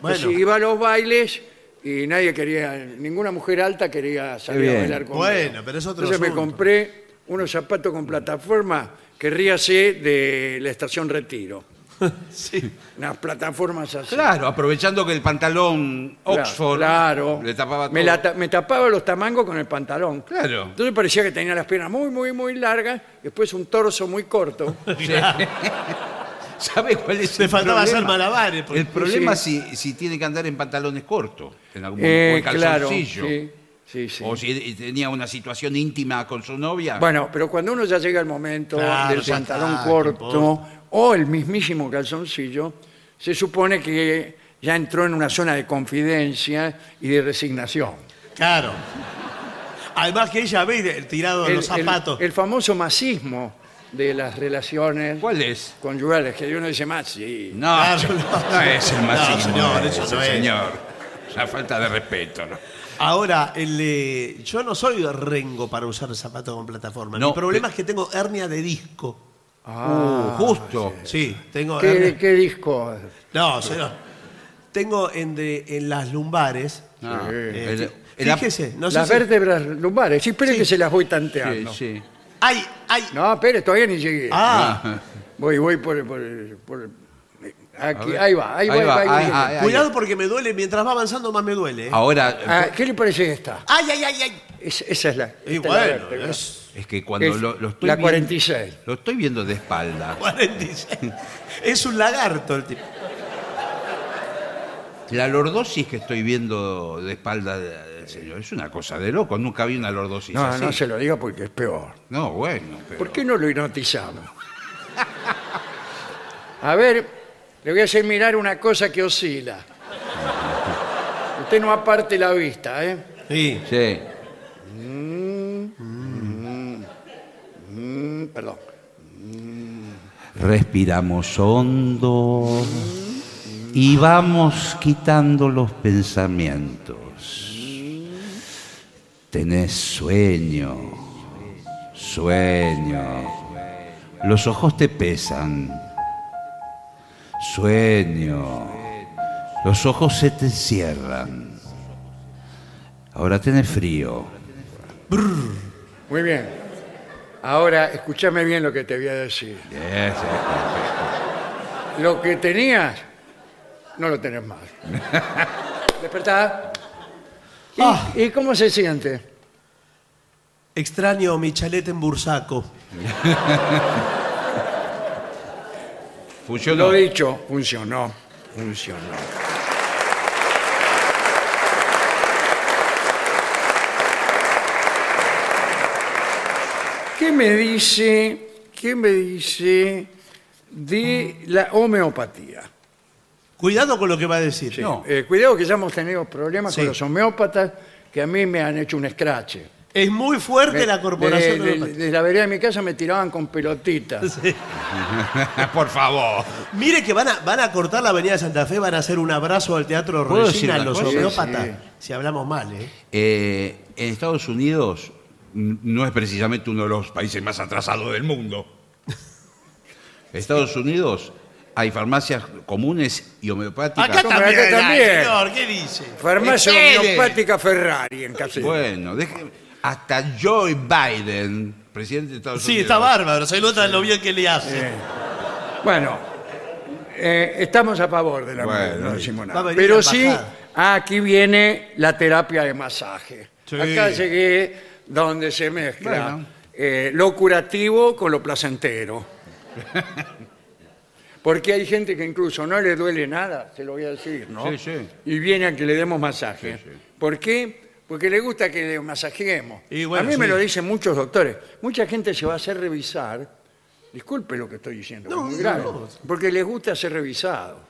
S3: Bueno,
S2: Entonces, iba a los bailes y nadie quería, ninguna mujer alta quería salir a
S4: bien.
S2: bailar conmigo.
S3: Bueno, pero es otro
S2: Entonces me
S3: asunto.
S2: compré unos zapatos con plataforma que ríase de la estación Retiro.
S3: sí.
S2: Unas plataformas así.
S4: Claro, aprovechando que el pantalón
S2: Claro,
S4: Oxford
S2: claro.
S4: le tapaba todo.
S2: Me, la ta- me tapaba los tamangos con el pantalón.
S4: Claro.
S2: Entonces parecía que tenía las piernas muy, muy, muy largas, después un torso muy corto.
S4: ¿Sabe cuál es
S3: Le
S4: el
S3: faltaba
S4: problema?
S3: hacer malabares. porque-
S4: El problema es si, si tiene que andar en pantalones cortos, en algún
S2: Eh,
S4: o en
S2: claro,
S4: calzoncillo.
S2: sí, sí, sí.
S4: O si tenía una situación íntima con su novia.
S2: Bueno, pero cuando uno ya llega al momento
S3: Claro,
S2: del
S3: ya
S2: pantalón
S3: está, ¿qué
S2: corto o el mismísimo calzoncillo, se supone que ya entró en una zona de confidencia y de resignación.
S3: Claro. Además que ella ve de- tirado
S2: El-
S3: los
S2: el-
S3: zapatos.
S2: El, famoso masismo de las relaciones
S4: ¿Cuál es?
S2: conyugales, que uno dice más, sí.
S4: No,
S3: Claro,
S4: no,
S3: no.
S4: es el
S3: No,
S4: machismo.
S3: señor,
S4: es,
S3: eso no es.
S4: señor. La falta de respeto. ¿no?
S3: Ahora, el, eh, yo no soy rengo para usar zapatos con plataforma.
S4: No,
S3: Mi problema
S4: pe-
S3: es que tengo hernia de disco.
S4: Uh, justo.
S3: Sí, tengo
S2: Ah, ¿Qué,
S3: hernia-
S2: qué disco?
S3: No, señor. Tengo en, de- en las lumbares.
S4: No,
S2: Sí.
S3: eh,
S4: el-
S3: fí-
S4: el ap-
S3: fíjese, no sé
S2: las
S3: si-
S2: vértebras lumbares. Sí, espere que se las voy tanteando.
S4: Sí, sí.
S3: Ay, ay.
S2: No, espere, todavía ni llegué.
S3: Ah,
S2: Voy, voy por... por- por- aquí,
S4: ver.
S2: ahí va, ahí,
S4: Ahí
S2: va,
S4: va,
S2: ahí va.
S4: ahí- ahí-
S3: cuidado porque me duele. Mientras va avanzando, más me duele. eh.
S4: Ah. Ahora,
S2: Ah, ¿Qué le parece esta?
S3: Ay, ay, ay, ay.
S2: Es- esa es la.
S3: Y
S2: esta es la
S3: bueno,
S2: vértebra.
S3: es
S4: es que cuando
S2: Es
S4: lo, lo estoy
S2: la
S4: viendo-
S2: 46.
S4: lo estoy viendo de espalda.
S3: 46. Es un lagarto el tipo.
S4: La lordosis que estoy viendo de espalda del señor es una cosa de loco. Nunca vi una lordosis
S2: No,
S4: así.
S2: no se lo diga porque es peor.
S4: No, bueno. Pero...
S2: ¿Por qué no lo hipnotizamos? A ver, le voy a hacer mirar una cosa que oscila. Usted no aparte la vista, ¿eh?
S3: Sí.
S4: Sí.
S2: Mm, perdón.
S4: Respiramos hondo y vamos quitando los pensamientos. Tenés sueño, sueño. Los ojos te pesan. Sueño. Los ojos se te cierran. Ahora tenés frío.
S2: Muy bien. Ahora, escúchame bien lo que te voy a decir. Lo que tenías, no lo tenés más. Despertá. ¿Y,
S3: Ah.
S2: ¿Y cómo se siente?
S3: Extraño mi chalet en bursaco.
S4: Funcionó.
S2: Lo dicho, funcionó, funcionó. ¿Qué me dice, qué me dice de la homeopatía?
S3: Cuidado con lo que va a decir.
S4: No.
S2: Eh, cuidado que ya hemos tenido problemas
S3: Sí.
S2: con los homeópatas que a mí me han hecho un escrache.
S3: Es muy fuerte la corporación.
S2: de,
S3: de-
S2: de- de la vereda de mi casa me tiraban con pelotitas.
S3: Sí.
S4: Por favor.
S3: Mire que van a, van a cortar la avenida de Santa Fe, van a hacer un abrazo al Teatro
S4: ¿Puedo decir
S3: Regina,
S4: una
S3: los
S4: cosa?
S3: homeópatas,
S2: Sí,
S3: si hablamos mal, ¿eh?
S4: Eh, en Estados Unidos n- no es precisamente uno de los países más atrasados del mundo. Estados Unidos hay farmacias comunes y homeopáticas.
S3: Acá
S2: Acá
S3: también,
S2: también.
S3: ay, señor, ¿qué dice?
S2: Farmacia
S3: Espere.
S2: homeopática Ferrari en Caseros.
S4: Bueno, deje- hasta Joe Biden, presidente de Estados
S3: Sí,
S4: Unidos.
S3: está bárbaro, se nota lo bien que le hace.
S2: Bueno, eh, estamos a favor de la
S4: Bueno,
S2: mujer, no
S4: sí.
S2: decimos
S3: Va a
S2: nada.
S3: venir
S2: Pero
S3: la
S2: sí,
S3: embajada.
S2: ah, aquí viene la terapia de masaje.
S3: Sí.
S2: Acá llegué donde se mezcla
S4: Bueno.
S2: eh, lo curativo con lo placentero. Porque hay gente que incluso no le duele nada, se lo voy a decir, ¿no?
S4: Sí, sí.
S2: Y viene a que le demos masaje.
S4: Sí, sí.
S2: ¿Por qué? Porque le gusta que le masajeemos.
S3: Y bueno,
S2: a mí me
S3: sí.
S2: lo dicen muchos doctores. Mucha gente se va a hacer revisar Disculpe lo que estoy diciendo,
S3: No,
S2: es muy grave,
S3: no.
S2: porque les gusta ser revisado.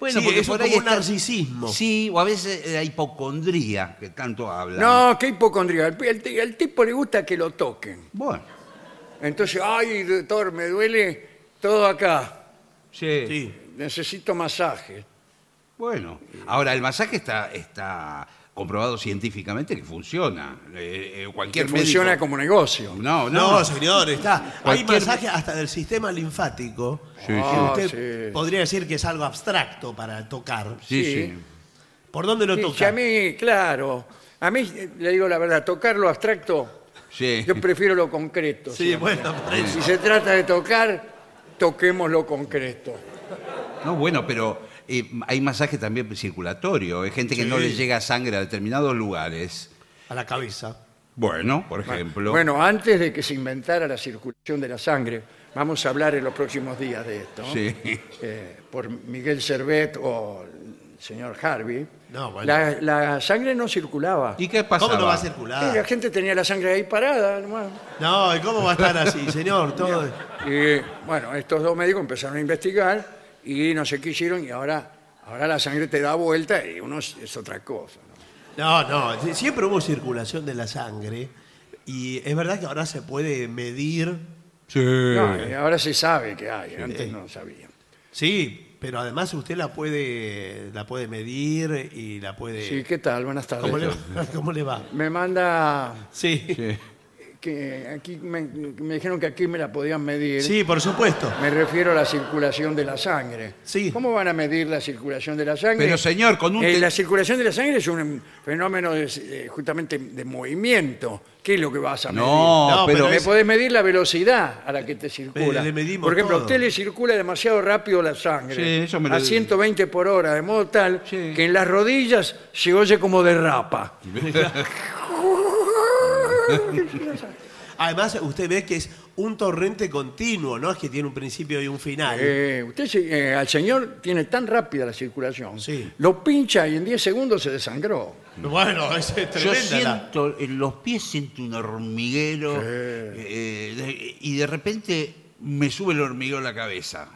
S3: Bueno,
S4: Sí,
S3: porque
S4: por
S3: por
S4: ahí
S3: como un
S4: está-
S3: narcisismo.
S4: Sí, o a veces eh, la hipocondría que tanto habla.
S2: No, qué hipocondría. Al, al ti- al tipo le gusta que lo toquen.
S4: Bueno,
S2: Entonces, ay, doctor, me duele todo acá.
S4: sí.
S3: Sí.
S2: Necesito masaje.
S4: Bueno, ahora el masaje está, está comprobado científicamente que funciona. Eh, eh, cualquier
S2: Funciona
S4: médico-
S2: como negocio.
S4: No, no.
S3: No, señor, está. Hay
S4: Cualquier-
S3: masaje hasta del sistema linfático.
S4: Sí, sí.
S2: Ah,
S3: Usted
S2: sí.
S3: podría decir que es algo abstracto para tocar.
S4: Sí,
S2: sí.
S4: sí.
S3: ¿Por dónde lo
S2: Sí,
S3: toca?
S2: si a mí, claro. A mí, eh, le digo la verdad, tocar lo abstracto,
S4: Sí.
S2: yo prefiero lo concreto.
S3: Sí,
S2: siempre.
S3: bueno, por eso.
S2: Si se trata de tocar, toquemos lo concreto.
S4: No, bueno, pero eh, hay masaje también circulatorio. Hay gente que no
S3: Sí.
S4: le llega sangre a determinados lugares.
S3: A la cabeza.
S4: Bueno, por ejemplo.
S2: Bueno, antes de que se inventara la circulación de la sangre, vamos a hablar en los próximos días de esto.
S4: Sí.
S2: Eh, por Miguel Servet o el señor Harvey.
S3: No, bueno.
S2: la, la sangre no circulaba.
S4: ¿Y qué pasa?
S3: ¿Cómo no va a
S2: Sí, la
S3: circular?
S2: gente tenía la sangre ahí parada. nomás.
S3: No, ¿y ¿cómo va a estar así, señor? Todo...
S2: Y bueno, estos dos médicos empezaron a investigar y no sé qué hicieron y ahora, ahora la sangre te da vuelta y uno es, es otra cosa. ¿no?
S3: No, no, si- siempre hubo circulación de la sangre y es verdad que ahora se puede medir,
S4: Sí.
S2: No, eh. y ahora se sabe que hay, antes no sabían.
S3: sí, pero además usted la puede, la puede medir y la puede...
S2: Sí, ¿qué tal? Buenas tardes.
S3: ¿Cómo, le va? ¿Cómo le va?
S2: Me manda
S3: Sí,
S4: Sí.
S2: que aquí me, me dijeron que aquí me la podían medir.
S3: sí, por supuesto.
S2: Me refiero a la circulación de la sangre.
S3: Sí.
S2: ¿Cómo van a medir la circulación de la sangre?
S4: Pero, señor, con un
S2: Eh,
S4: te-
S2: la circulación de la sangre es un fenómeno de- eh, justamente de movimiento. ¿Qué es lo que vas a medir?
S4: No, Eh,
S3: No,
S4: pero,
S3: pero
S2: Me
S3: es-
S2: podés medir la velocidad a la que te circula.
S3: Le- le medimos
S2: por ejemplo, a
S3: todo.
S2: usted le circula demasiado rápido la sangre.
S4: Sí, eso me lo
S2: a
S4: digo.
S2: 120 por hora, de modo tal
S4: Sí.
S2: que en las rodillas se oye como derrapa.
S3: Además, usted ve que es un torrente continuo, no es que tiene un principio y un final.
S2: Eh, usted se- eh, al señor tiene tan rápida la circulación.
S3: Sí.
S2: Lo pincha y en 10 segundos se desangró.
S3: Bueno, es tremenda.
S4: yo
S3: la-
S4: siento, en los pies siento un hormiguero eh, de- y de repente me sube el hormiguero a la cabeza.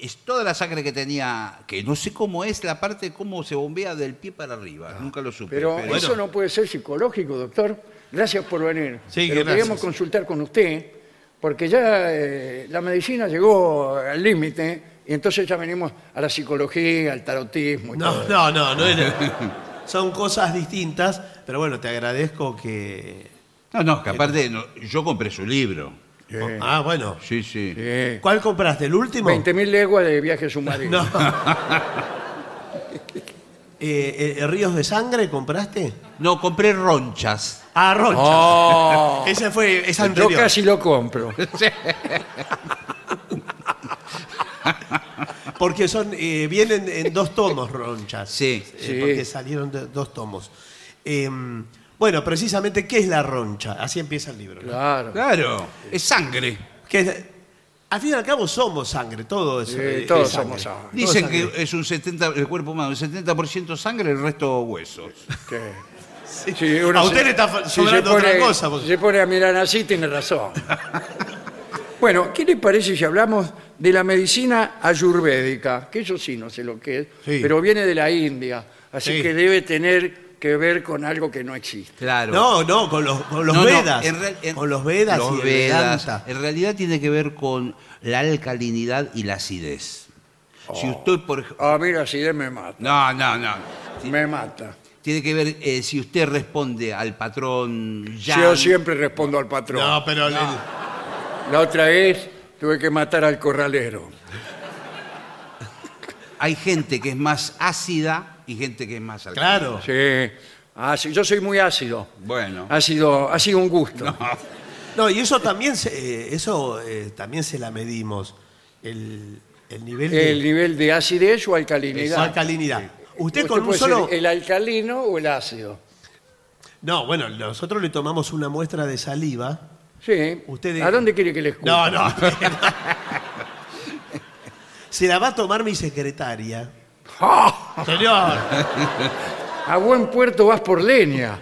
S4: Es toda la sangre que tenía, que no sé cómo es la parte, de cómo se bombea del pie para arriba. Nunca lo supe.
S2: Pero
S4: pero-
S2: eso no puede ser psicológico, doctor. Gracias por venir.
S3: Sí,
S2: Pero
S3: gracias.
S2: queríamos consultar con usted porque ya eh, la medicina llegó al límite y entonces ya venimos a la psicología, al tarotismo. y todo
S3: No,
S2: eso.
S3: no, no, no era- Son cosas distintas, pero bueno, te agradezco que.
S4: No, no, que aparte no, yo compré su libro.
S2: Sí.
S3: Ah, bueno.
S4: Sí, sí.
S2: Sí.
S3: ¿Cuál compraste? ¿El último?
S2: 20.000 leguas de viaje submarino.
S3: No. Eh, eh, ¿Ríos de sangre compraste?
S4: No, compré ronchas.
S3: Ah, Roncha.
S2: Oh.
S3: Ese fue, es
S2: Yo
S3: anterior.
S2: casi lo compro.
S3: Porque son, eh, vienen en dos tomos, Ronchas.
S4: Sí.
S3: Eh,
S2: Sí.
S3: Porque salieron de- dos tomos. Eh, bueno, precisamente, ¿qué es la Roncha? Así empieza el libro. ¿no?
S2: Claro.
S4: Claro, es sangre.
S3: Que es- al fin y al cabo somos sangre, todo es,
S2: Sí,
S3: eh,
S2: todos
S3: es
S2: somos sangre.
S4: Dicen
S3: Todo
S4: que
S3: sangre.
S4: es un 70, el cuerpo humano, un 70% sangre, el resto huesos.
S2: Sí.
S3: Sí.
S2: Sí, uno
S3: a
S2: se-
S3: usted le está fa-
S2: si
S3: sobrando
S2: se pone-
S3: otra cosa. vos.
S2: si se pone a mirar así, tiene razón. Bueno, ¿qué le parece si hablamos de la medicina ayurvédica? Que yo sí no sé lo que es,
S3: Sí.
S2: pero viene de la India, así
S3: Sí.
S2: que debe tener que ver con algo que no existe.
S4: Claro.
S3: No, no, con los, con los
S4: No, no,
S3: Vedas.
S4: en real- en-
S3: con los Vedas
S4: los
S3: y el
S4: Vedas.
S3: Vedanta.
S4: En realidad tiene que ver con la alcalinidad y la acidez.
S3: Oh.
S4: Si usted, por ej-
S2: Ah, mira, si me mata.
S4: No, no, no. Ti-
S2: Me mata.
S4: Tiene que ver eh, si usted responde al patrón ya.
S2: Yo siempre respondo al patrón.
S3: No, pero le-
S2: La otra vez tuve que matar al corralero.
S4: hay gente que es más ácida y gente que es más alcalina.
S3: Claro.
S2: Sí. Ah, sí, yo soy muy ácido.
S4: Bueno.
S2: Ha sido, ha sido un gusto.
S3: No, y eso también se, eh, eso, eh, también se la medimos. El, el nivel
S2: El
S3: de
S2: nivel de acidez o
S3: su
S2: alcalinidad.
S3: alcalinidad. Usted
S2: Usted
S3: con un
S2: puede
S3: solo.
S2: ser el alcalino o el ácido.
S3: No, bueno, nosotros le tomamos una muestra de saliva.
S2: Sí.
S3: Usted-
S2: ¿A dónde quiere que le escuche?
S3: No, no. se la va a tomar mi secretaria.
S2: ¡Ah!
S3: Señor.
S2: A buen puerto vas por leña.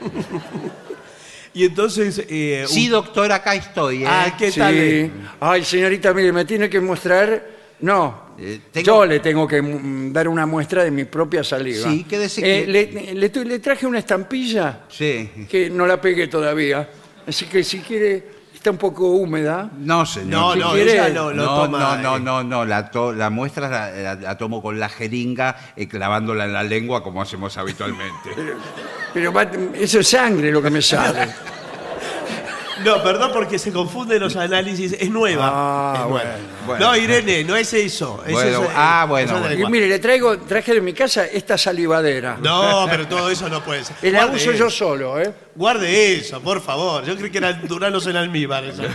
S3: Y entonces. eh, un-
S4: Sí, doctor, acá estoy. ¿eh?
S3: Ah, ¿qué
S2: Sí.
S3: tal? eh?
S2: Ay, señorita, mire, me tiene que mostrar. No.
S4: Eh, tengo-
S2: Yo le tengo que mm, dar una muestra de mi propia saliva.
S4: Sí, quédese
S2: Eh,
S4: que-
S2: le, le tu- le traje una estampilla
S4: Sí.
S2: que no la pegué todavía. Así que si quiere, está un poco húmeda.
S4: No, señor.
S3: No,
S2: Si
S3: no,
S2: quiere-
S3: ella lo, lo
S4: no,
S3: toma.
S4: no, no,
S3: eh.
S4: no, no, la, to- la muestra la, la- la tomo con la jeringa, eh, clavándola en la lengua como hacemos habitualmente.
S2: Pero va- eso es sangre lo que me sale.
S3: No, perdón porque se confunden los análisis. Es nueva.
S2: Ah,
S3: Es nueva.
S4: bueno.
S3: No, Irene, no es eso. Es
S4: Bueno,
S3: eso, eh,
S4: ah, bueno,
S3: eso de
S4: bueno.
S2: Y
S3: lengua.
S2: mire, le traigo, traje de mi casa esta salivadera.
S3: No, pero todo eso no puede ser.
S2: La uso
S3: eso.
S2: yo solo, ¿eh?
S3: Guarde eso, por favor. Yo creí que eran duranos en almíbar. esa cosa.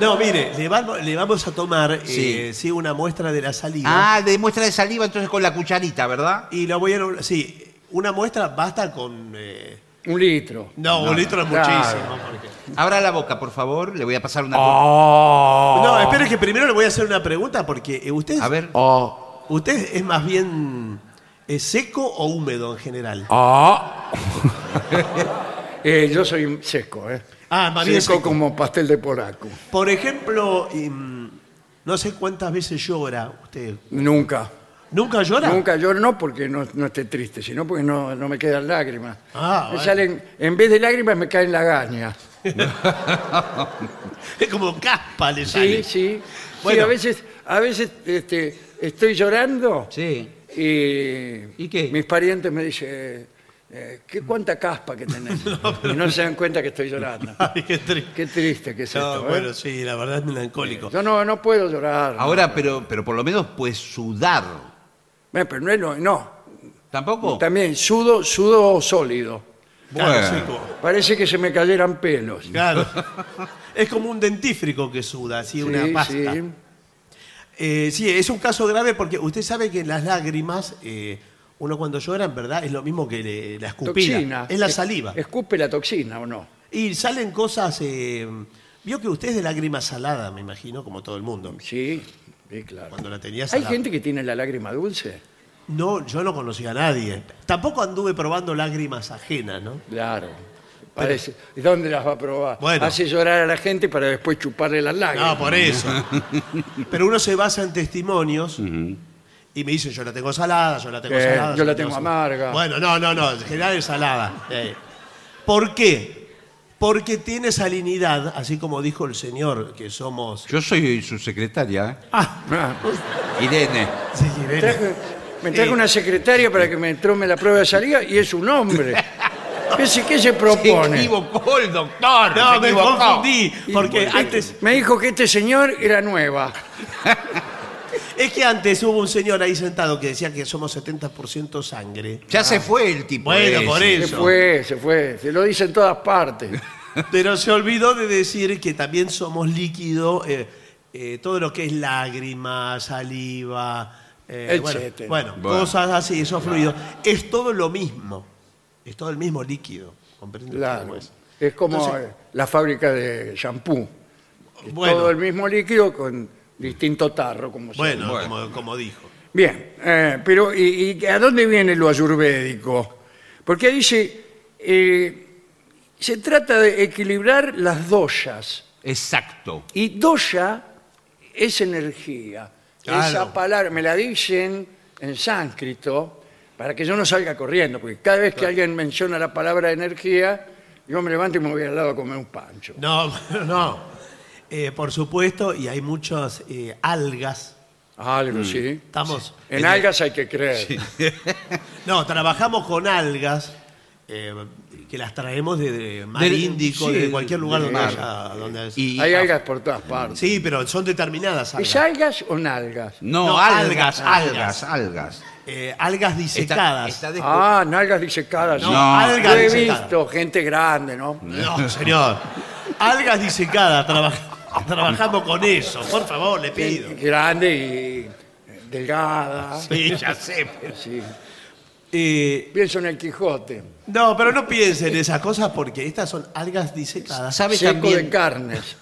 S3: No, mire, le vamos, le vamos a tomar eh,
S4: Sí.
S3: sí, una muestra de la saliva.
S4: ah, de muestra de saliva entonces con la cucharita, ¿verdad?
S3: Y lo voy a. Sí, una muestra basta con. eh,
S2: Un litro.
S3: no, un litro es
S2: claro.
S3: muchísimo. porque-
S4: Abra la boca, por favor, le voy a pasar una...
S3: Oh. No, espere que primero le voy a hacer una pregunta porque eh, usted,
S4: Oh. A ver,
S3: usted es más bien eh, seco o húmedo en general.
S4: Oh.
S2: Ah. Eh, yo soy seco, ¿eh?
S3: Ah, más bien seco.
S2: como pastel de poraco.
S3: Por ejemplo, em, no sé cuántas veces llora usted.
S2: Nunca.
S3: ¿Nunca llora?
S2: Nunca yo no porque no, no esté triste, sino porque no, no me quedan lágrimas.
S3: Ah,
S2: me
S3: bueno.
S2: salen, en vez de lágrimas me caen lagañas.
S3: Es como caspa le
S2: Sí,
S3: sale.
S2: sí. Sí,
S3: Bueno.
S2: a veces, a veces este, estoy llorando
S4: sí.
S2: y,
S4: ¿Y qué?
S2: mis parientes me dicen, eh, ¿qué cuánta caspa que tenés? Y no se dan cuenta que estoy llorando.
S3: Ay, qué triste.
S2: Qué triste que es
S3: No,
S2: esto. ¿eh?
S3: bueno, sí, la verdad es melancólico.
S2: Yo no, no puedo llorar.
S4: Ahora, pero, pero por lo menos pues sudar.
S2: Eh, pero no, es lo- no.
S4: ¿Tampoco?
S2: También sudo, sudo sólido.
S3: Claro,
S4: Bueno.
S3: seco.
S2: Parece que se me cayeran pelos.
S3: Claro. Es como un dentífrico que suda, así una
S2: Sí,
S3: pasta.
S2: sí.
S3: Eh, sí, es un caso grave porque usted sabe que las lágrimas, eh, uno cuando llora, en verdad, es lo mismo que le- la escupida.
S2: Toxina.
S3: Es la
S2: Es-
S3: saliva.
S2: Escupe la toxina o no.
S3: Y salen cosas. eh, vio que usted es de lágrima salada, me imagino, como todo el mundo.
S2: Sí, sí, claro.
S3: Cuando la tenía
S2: Hay
S3: salada.
S2: gente que tiene la lágrima dulce.
S3: No, yo no conocía a nadie. Tampoco anduve probando lágrimas ajenas, ¿no?
S2: Claro. Parece. ¿Dónde las va a probar?
S3: Bueno.
S2: Hace llorar a la gente para después chuparle las lágrimas.
S3: Ah, No, por eso. Pero uno se basa en testimonios y me dice, yo la tengo salada, yo la tengo
S2: Eh,
S3: salada.
S2: yo la tengo amarga.
S3: Bueno, no, no, no, en general es salada. Eh. ¿Por qué? Porque tiene salinidad, así como dijo el señor, que somos...
S4: Yo soy su secretaria, ¿eh?
S3: Ah,
S2: Ah,
S4: Irene.
S3: sí, Irene.
S2: traje- me trajo
S3: Eh.
S2: una secretaria para que me trome la prueba de salida y es un hombre. ¿Qué se, qué se propone?
S4: Se equivocó el doctor.
S3: No,
S4: se
S3: me
S4: equivocó.
S3: confundí, porque
S2: Este-
S3: antes...
S2: Me dijo que este señor era nueva.
S3: Es que antes hubo un señor ahí sentado que decía que somos 70% sangre.
S4: Ya se fue el tipo.
S3: Bueno,
S4: ese.
S3: por eso.
S2: Se fue, se fue. Se lo dice en todas partes.
S3: Pero se olvidó de decir que también somos líquido, eh, eh, todo lo que es lágrimas, saliva, eh, bueno,
S2: Etcétera.
S3: bueno,
S4: Bueno.
S3: cosas así, esos fluidos. Es todo lo mismo, es todo el mismo líquido. ¿comprende usted
S2: Claro.
S3: cómo es?
S2: Es como
S3: Pues, Entonces-
S2: eh, la fábrica de shampoo. Es
S3: Bueno.
S2: Todo el mismo líquido con distinto tarro, como se
S3: Bueno,
S4: Bueno.
S3: Como, como dijo.
S2: Bien, eh, pero ¿y, y a dónde viene lo ayurvédico? Porque dice, eh, se trata de equilibrar las doshas.
S4: Exacto.
S2: Y dosha es energía.
S3: Claro.
S2: Esa palabra me la dicen en sánscrito para que yo no salga corriendo, porque cada vez que alguien menciona la palabra energía, yo me levanto y me voy al lado a comer un pancho.
S3: No, no. Eh, por supuesto, y hay muchas eh, algas.
S2: Algo,
S3: Mm.
S2: sí.
S3: Estamos.
S2: En algas hay que creer.
S3: No, trabajamos con algas, eh, que las traemos de, de mar Índico,
S4: sí,
S3: de cualquier lugar
S4: del
S3: donde
S4: mar.
S3: haya. donde haya-
S4: Y-
S2: Hay
S4: ah,
S2: algas por todas partes.
S3: Sí, pero son determinadas algas.
S2: ¿Es algas o nalgas?
S4: No,
S3: No,
S4: algas, algas,
S3: algas,
S4: algas.
S3: Eh, algas
S4: Está-
S3: disecadas.
S4: está descu-
S2: Ah, nalgas disecadas.
S3: No,
S4: No,
S3: algas
S2: Yo he
S3: disecadas.
S2: visto gente grande, ¿no?
S3: No, señor. algas disecadas. traba- Trabajamos con eso. Por favor, le pido.
S2: Grande y eh, delgada.
S3: Sí, ya sé. pero-
S2: Sí.
S3: Eh,
S2: Pienso en el Quijote.
S3: no, pero no piensen en esas cosas porque estas son algas disecadas.
S4: ¿Sabe
S2: Seco
S4: también?
S2: de carnes.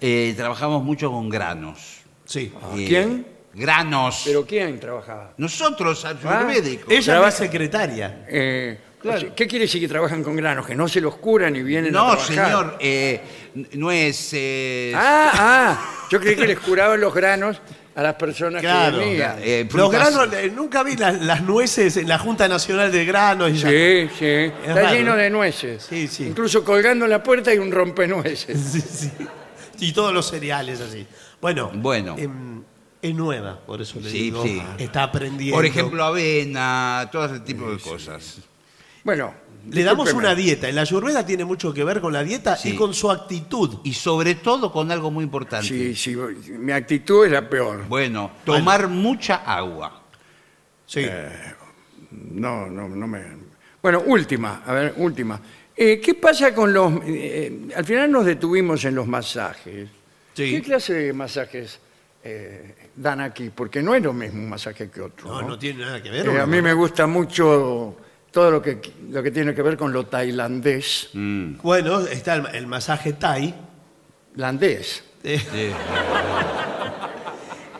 S4: Eh, trabajamos mucho con granos.
S3: Sí.
S4: Eh,
S2: ¿Quién?
S4: Granos.
S2: ¿Pero quién trabajaba?
S4: Nosotros, al
S2: Ah,
S4: médico.
S3: Ella
S2: Traba-
S3: es mi secretaria.
S2: Eh,
S4: Claro.
S2: ¿Qué quiere decir que trabajan con granos? Que no se los curan y vienen a
S4: No,
S2: trabajar.
S4: señor, eh, n- nueces.
S2: Ah, ah. Yo creí que les curaban los granos a las personas
S3: Claro,
S2: que venían.
S4: claro. Eh,
S3: Los
S4: frutas-
S3: granos, eh, nunca vi las, las nueces en la Junta Nacional de Granos. y ya-
S2: Sí, sí. Está
S3: raro,
S2: lleno
S3: ¿eh?
S2: de nueces.
S3: Sí, sí.
S2: Incluso colgando en la puerta hay un rompenueces.
S3: Sí, sí. Y todos los cereales así. Bueno,
S4: Bueno.
S3: em, es nueva, por eso le
S4: Sí,
S3: digo.
S4: sí.
S3: Está aprendiendo.
S4: Por ejemplo, avena, todo ese tipo de cosas.
S2: Bueno,
S3: le damos
S2: discúlpeme.
S3: una dieta. En la ayurveda tiene mucho que ver con la dieta
S4: Sí.
S3: y con su actitud.
S4: Y sobre todo con algo muy importante.
S2: Sí, sí, mi actitud es la peor.
S4: Bueno, tomar mucha agua.
S3: Sí.
S4: eh,
S2: No, no, no me. Bueno, última, a ver, última. Eh, ¿Qué pasa con los. eh, al final nos detuvimos en los masajes.
S3: Sí.
S2: ¿Qué clase de masajes eh, dan aquí? Porque no es lo mismo un masaje que otro.
S3: no,
S2: ¿no?
S3: no tiene nada que
S2: Eh,
S3: ver.
S2: a
S3: ¿no?
S2: mí me gusta mucho todo lo que, lo que tiene que ver con lo tailandés.
S3: Bueno, está el, el masaje Thai.
S2: Landés.
S3: eh,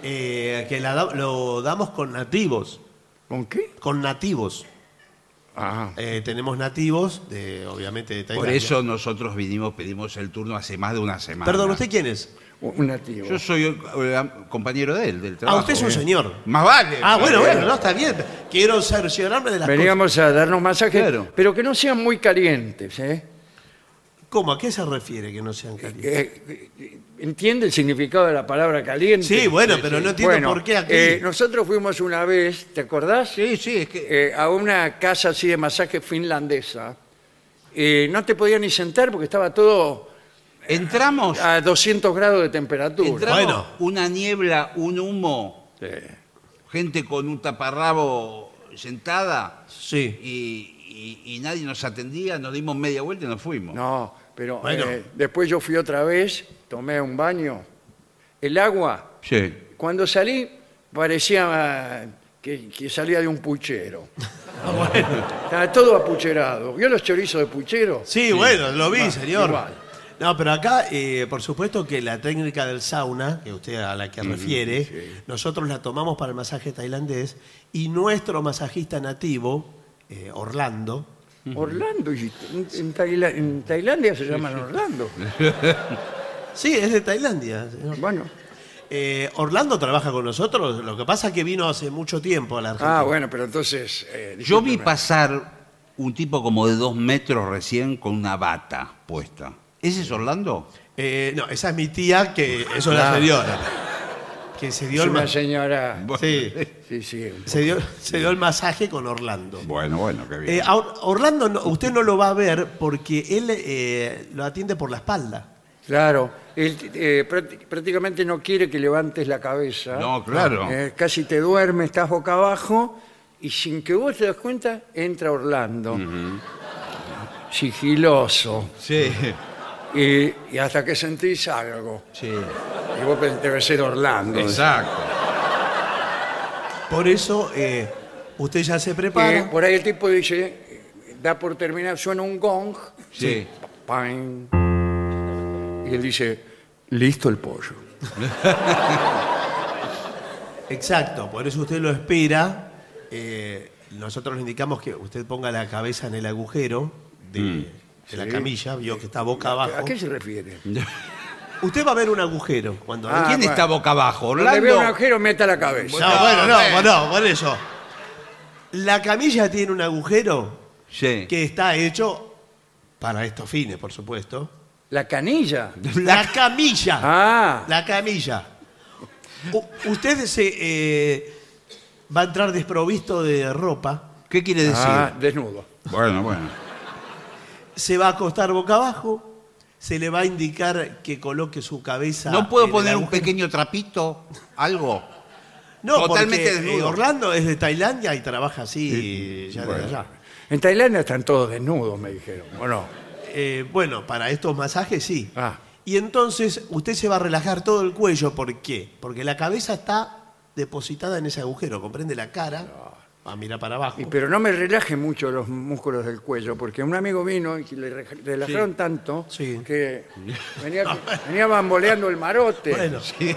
S3: eh, que la da- lo damos con nativos.
S2: ¿Con qué?
S3: Con nativos.
S2: Ah,
S3: Eh, tenemos nativos, de, obviamente, de
S4: Por
S3: Tailandia.
S4: eso nosotros vinimos, pedimos el turno hace más de una semana.
S3: Perdón, ¿usted quién es?
S2: un nativo.
S4: Yo soy eh, compañero de él, del trabajo.
S3: Ah, usted es un señor.
S4: Más vale.
S3: Ah, bueno, bueno, no, está bien. Quiero cerciorarme de las
S2: Eh, Veníamos a darnos masajes,
S4: Claro.
S2: pero que no sean muy calientes. ¿eh?
S3: cosas. ¿Cómo? ¿A qué se refiere que no sean calientes?
S2: Eh, eh, ¿Entiende el significado de la palabra caliente?
S3: Sí, bueno, pero no entiendo
S2: Bueno,
S3: por qué aquí.
S2: eh, nosotros fuimos una vez, ¿te acordás?
S4: Sí, sí, es que...
S2: Eh, a una casa así de masaje finlandesa. Eh, no te podías ni sentar porque estaba todo
S4: Entramos,
S2: a 200 grados de temperatura.
S4: entramos
S3: Bueno.
S4: una niebla, un humo,
S2: Sí.
S4: gente con un taparrabo sentada
S3: Sí.
S4: y, y- y nadie nos atendía, nos dimos media vuelta y nos fuimos.
S2: No, pero
S3: Bueno.
S2: eh, después yo fui otra vez, tomé un baño. El agua
S4: Sí.
S2: Cuando salí, parecía que, que salía de un puchero.
S4: Ah,
S2: Estaba todo apucherado. ¿Vio los chorizos de puchero?
S3: Sí, bueno, lo vi, señor.
S2: igual.
S3: No, pero acá, eh, por supuesto que la técnica del sauna, que usted a la que refiere, nosotros la tomamos para el masaje tailandés y nuestro masajista nativo, eh, Orlando,
S2: Orlando, y- en, en Taila- en Tailandia se llaman Orlando.
S3: sí, es de Tailandia, señor.
S2: Bueno.
S3: Eh, Orlando trabaja con nosotros, lo que pasa es que vino hace mucho tiempo a la Argentina.
S2: Ah, bueno, pero entonces... eh,
S4: Yo vi
S2: discúlpeme.
S4: pasar un tipo como de dos metros recién con una bata puesta. ¿Ese es Orlando?
S3: Eh, no, esa es mi tía, que es una
S2: Claro.
S3: señora. Que se dio,
S2: Es
S3: el
S2: una
S3: ma-
S2: señora...
S3: Sí.
S2: Sí, sí.
S3: se, dio, se dio el masaje con Orlando.
S4: Bueno, bueno, qué bien.
S3: Eh, a Or- Orlando, no- usted no lo va a ver porque él eh, lo atiende por la espalda.
S2: Claro. Él, eh, prácti- prácticamente no quiere que levantes la cabeza.
S4: No, claro.
S2: Eh, casi te duermes, estás boca abajo y sin que vos te das cuenta, entra Orlando. Sigiloso.
S4: Sí,
S2: Y, y hasta que sentís algo.
S4: sí.
S2: Y vos pensás, debe ser Orlando.
S4: Exacto.
S3: Por eso, eh, usted ya se prepara.
S2: Eh, por ahí el tipo dice, eh, da por terminar, suena un gong.
S4: Sí.
S2: Pain. Y él dice, listo el pollo.
S3: Exacto, por eso usted lo espera. Eh, nosotros le indicamos que usted ponga la cabeza en el agujero de,
S2: Mm.
S3: de la camilla, vio que está boca abajo.
S2: ¿A qué se refiere?
S3: Usted va a ver un agujero cuando
S2: Ah,
S4: ¿Quién
S2: bueno.
S4: está boca abajo?
S2: Donde vea un
S4: ¿Orlando?
S2: agujero, meta la cabeza.
S3: Pues No, bueno, no, bueno, por eso. La camilla tiene un agujero
S4: Sí.
S3: que está hecho para estos fines, por supuesto.
S2: La canilla.
S3: La camilla.
S2: Ah.
S3: La camilla. U- usted se, eh, va a entrar desprovisto de ropa.
S4: ¿Qué quiere decir?
S2: Ah, desnudo.
S4: Bueno, bueno.
S3: se va a acostar boca abajo, se le va a indicar que coloque su cabeza.
S4: ¿No puedo
S3: en el
S4: poner un
S3: agujero.
S4: pequeño trapito? ¿Algo?
S3: No,
S4: totalmente
S3: porque, eh,
S4: desnudo.
S3: Orlando es de Tailandia y trabaja así ya
S2: Bueno.
S3: desde allá.
S2: En Tailandia están todos desnudos, me dijeron, ¿o no?
S3: Eh, bueno, para estos masajes sí.
S2: Ah.
S3: Y entonces usted se va a relajar todo el cuello. ¿Por qué? Porque la cabeza está depositada en ese agujero. Comprende la cara. Va a mirar para abajo.
S2: Y, pero no me relaje mucho los músculos del cuello, porque un amigo vino y le re- relajaron
S3: Sí.
S2: tanto
S3: Sí.
S2: que venía, venía bamboleando el marote.
S3: Bueno,
S2: Y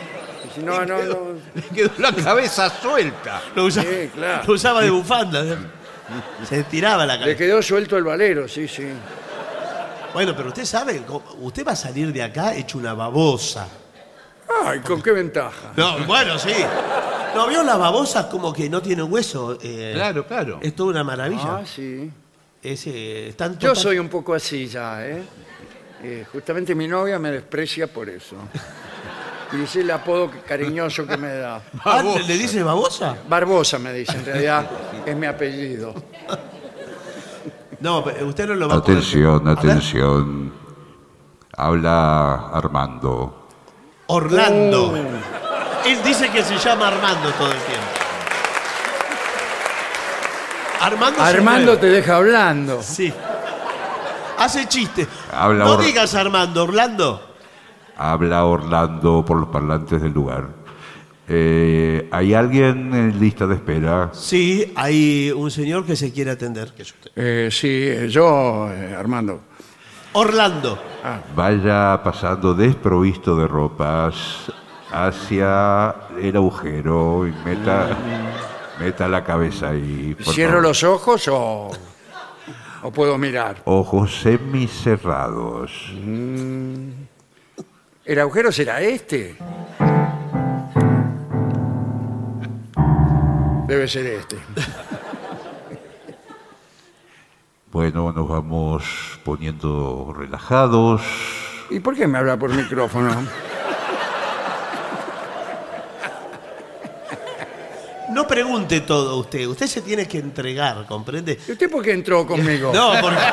S2: si no, no, no.
S4: Le quedó la cabeza suelta.
S3: lo, usa-
S2: Sí, claro.
S3: lo usaba de bufanda. Se estiraba la
S2: Le
S3: cabeza.
S2: quedó suelto el valero, sí, sí.
S3: Bueno, pero usted sabe, co- usted va a salir de acá hecho una babosa.
S2: Ay, ¿con qué ventaja?
S3: No, bueno, sí. ¿No vio las babosas como que no tienen hueso? Eh,
S4: Claro, claro.
S3: Es toda una maravilla.
S2: Ah, sí.
S3: Es, eh, están
S2: Yo
S3: total-
S2: soy un poco así ya, ¿eh? Eh, Justamente mi novia me desprecia por eso. Y es el apodo que- cariñoso que me da.
S3: Ah,
S4: Babosa.
S3: ¿le- ¿Le dice babosa?
S2: Barbosa me dice, en realidad es mi apellido.
S3: No, pero usted no lo va a poder-
S5: Atención,
S3: A ver,
S5: atención. Habla Armando.
S3: Orlando. Uh. Él dice que se llama Armando todo el tiempo. Armando. se
S2: Armando
S3: mueve.
S2: te deja hablando.
S3: Sí. Hace chistes.
S5: Habla
S3: no
S5: Or-
S3: digas Armando, Orlando.
S5: Habla Orlando por los parlantes del lugar. Eh, ¿Hay alguien en lista de espera?
S3: Sí, hay un señor que se quiere atender. que es usted.
S2: Eh, sí, eh, yo, eh, Armando.
S3: Orlando.
S5: Vaya pasando desprovisto de ropas hacia el agujero y meta, meta la cabeza ahí. por
S2: Mm. ¿Cierro
S5: favor.
S2: los ojos o, o puedo mirar?
S5: Ojos semicerrados.
S2: ¿El agujero será este? Debe ser este.
S5: Bueno, nos vamos poniendo relajados.
S2: ¿Y por qué me habla por micrófono?
S3: No pregunte todo usted. Usted se tiene que entregar, ¿comprende?
S2: ¿Y usted por qué entró conmigo?
S3: No, porque.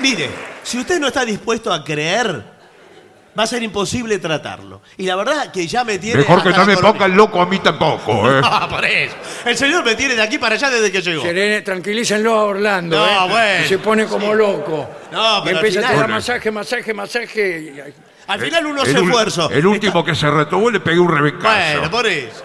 S3: Mire, si usted no está dispuesto a creer, va a ser imposible tratarlo. Y la verdad que ya me tiene.
S5: Mejor que
S3: hasta la
S5: no me
S3: coronilla.
S5: pongan loco a mí tampoco, ¿eh?
S3: Ah, por eso. El señor me tiene de aquí para allá desde que llegó.
S2: Serene, tranquilícenlo a Orlando.
S3: No,
S2: ¿eh?
S3: bueno.
S2: Y se pone como loco.
S3: No,
S2: y
S3: pero al
S2: empieza a
S3: final-
S2: tirar masaje, masaje, masaje. y-
S3: Al final uno
S5: El
S3: se
S5: ul-
S3: esfuerza.
S5: El último que se retuvo le pegué un rebencazo.
S3: Bueno, pues- por eso.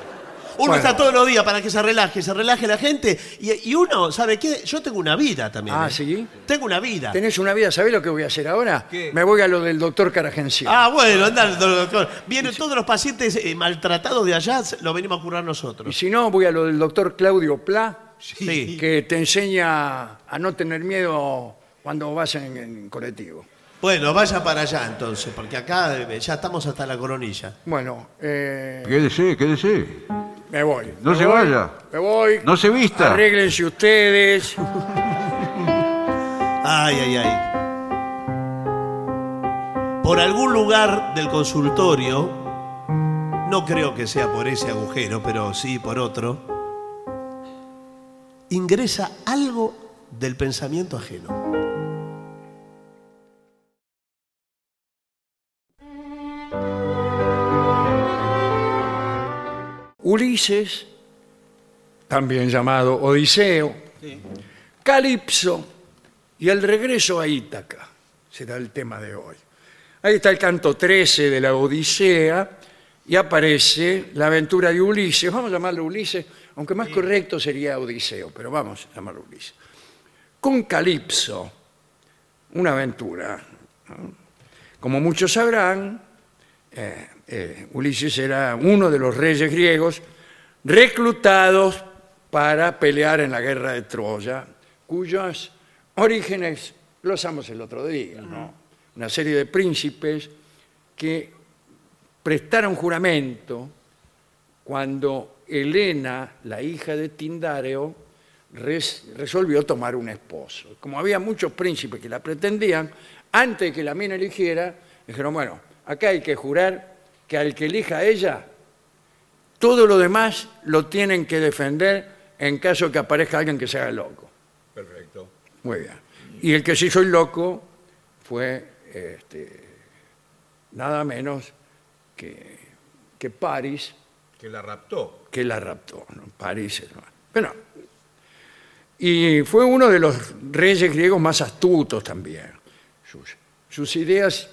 S3: Uno
S2: Bueno.
S3: está todos los días para que se relaje, se relaje la gente. Y, y uno, ¿sabe qué? Yo tengo una vida también.
S2: Ah,
S3: ¿eh?
S2: ¿sí?
S3: Tengo una vida.
S2: Ah. Tenés una vida, ¿sabés lo que voy a hacer ahora?
S4: ¿Qué?
S2: Me voy a lo del doctor Caragencia.
S3: Ah, bueno, anda, doctor. Vienen todos los pacientes eh, maltratados de allá, se- lo venimos a curar
S2: Y
S3: nosotros.
S2: si no, voy a lo del doctor Claudio Pla,
S3: Sí.
S2: que te enseña a no tener miedo cuando vas en, en colectivo.
S3: Bueno, vaya para allá entonces, porque acá eh, ya estamos hasta la coronilla.
S2: Bueno, eh,
S5: Quédese, quédese.
S2: me voy.
S5: No
S2: Me
S5: se
S2: voy,
S5: vaya.
S2: Me voy.
S5: No se vista.
S2: Arréglense ustedes.
S3: Ay, ay, ay. Por algún lugar del consultorio, no creo que sea por ese agujero, pero sí por otro, ingresa algo del pensamiento ajeno.
S2: Ulises, también llamado Odiseo, Calipso y el regreso a Ítaca, será el tema de hoy. Ahí está el canto 13 de la Odisea y aparece la aventura de Ulises, vamos a llamarlo Ulises, aunque más correcto sería Odiseo, pero vamos a llamarlo Ulises. Con Calipso, una aventura. ¿no? Como muchos sabrán, eh, eh, Ulises era uno de los reyes griegos reclutados para pelear en la guerra de Troya, cuyos orígenes los usamos el otro día, ¿no? Una serie de príncipes que prestaron juramento cuando Helena, la hija de Tindareo, res- resolvió tomar un esposo. Como había muchos príncipes que la pretendían, antes de que la mina eligiera, dijeron, bueno, acá hay que jurar que al que elija a ella, Todo lo demás lo tienen que defender en caso que aparezca alguien que se haga loco.
S5: Perfecto.
S2: Muy bien. Y el que se hizo el loco fue este, nada menos que, que París,
S5: Que la raptó.
S2: que la raptó. ¿no? París. ¿no? Bueno, y fue uno de los reyes griegos más astutos también. Sus, sus ideas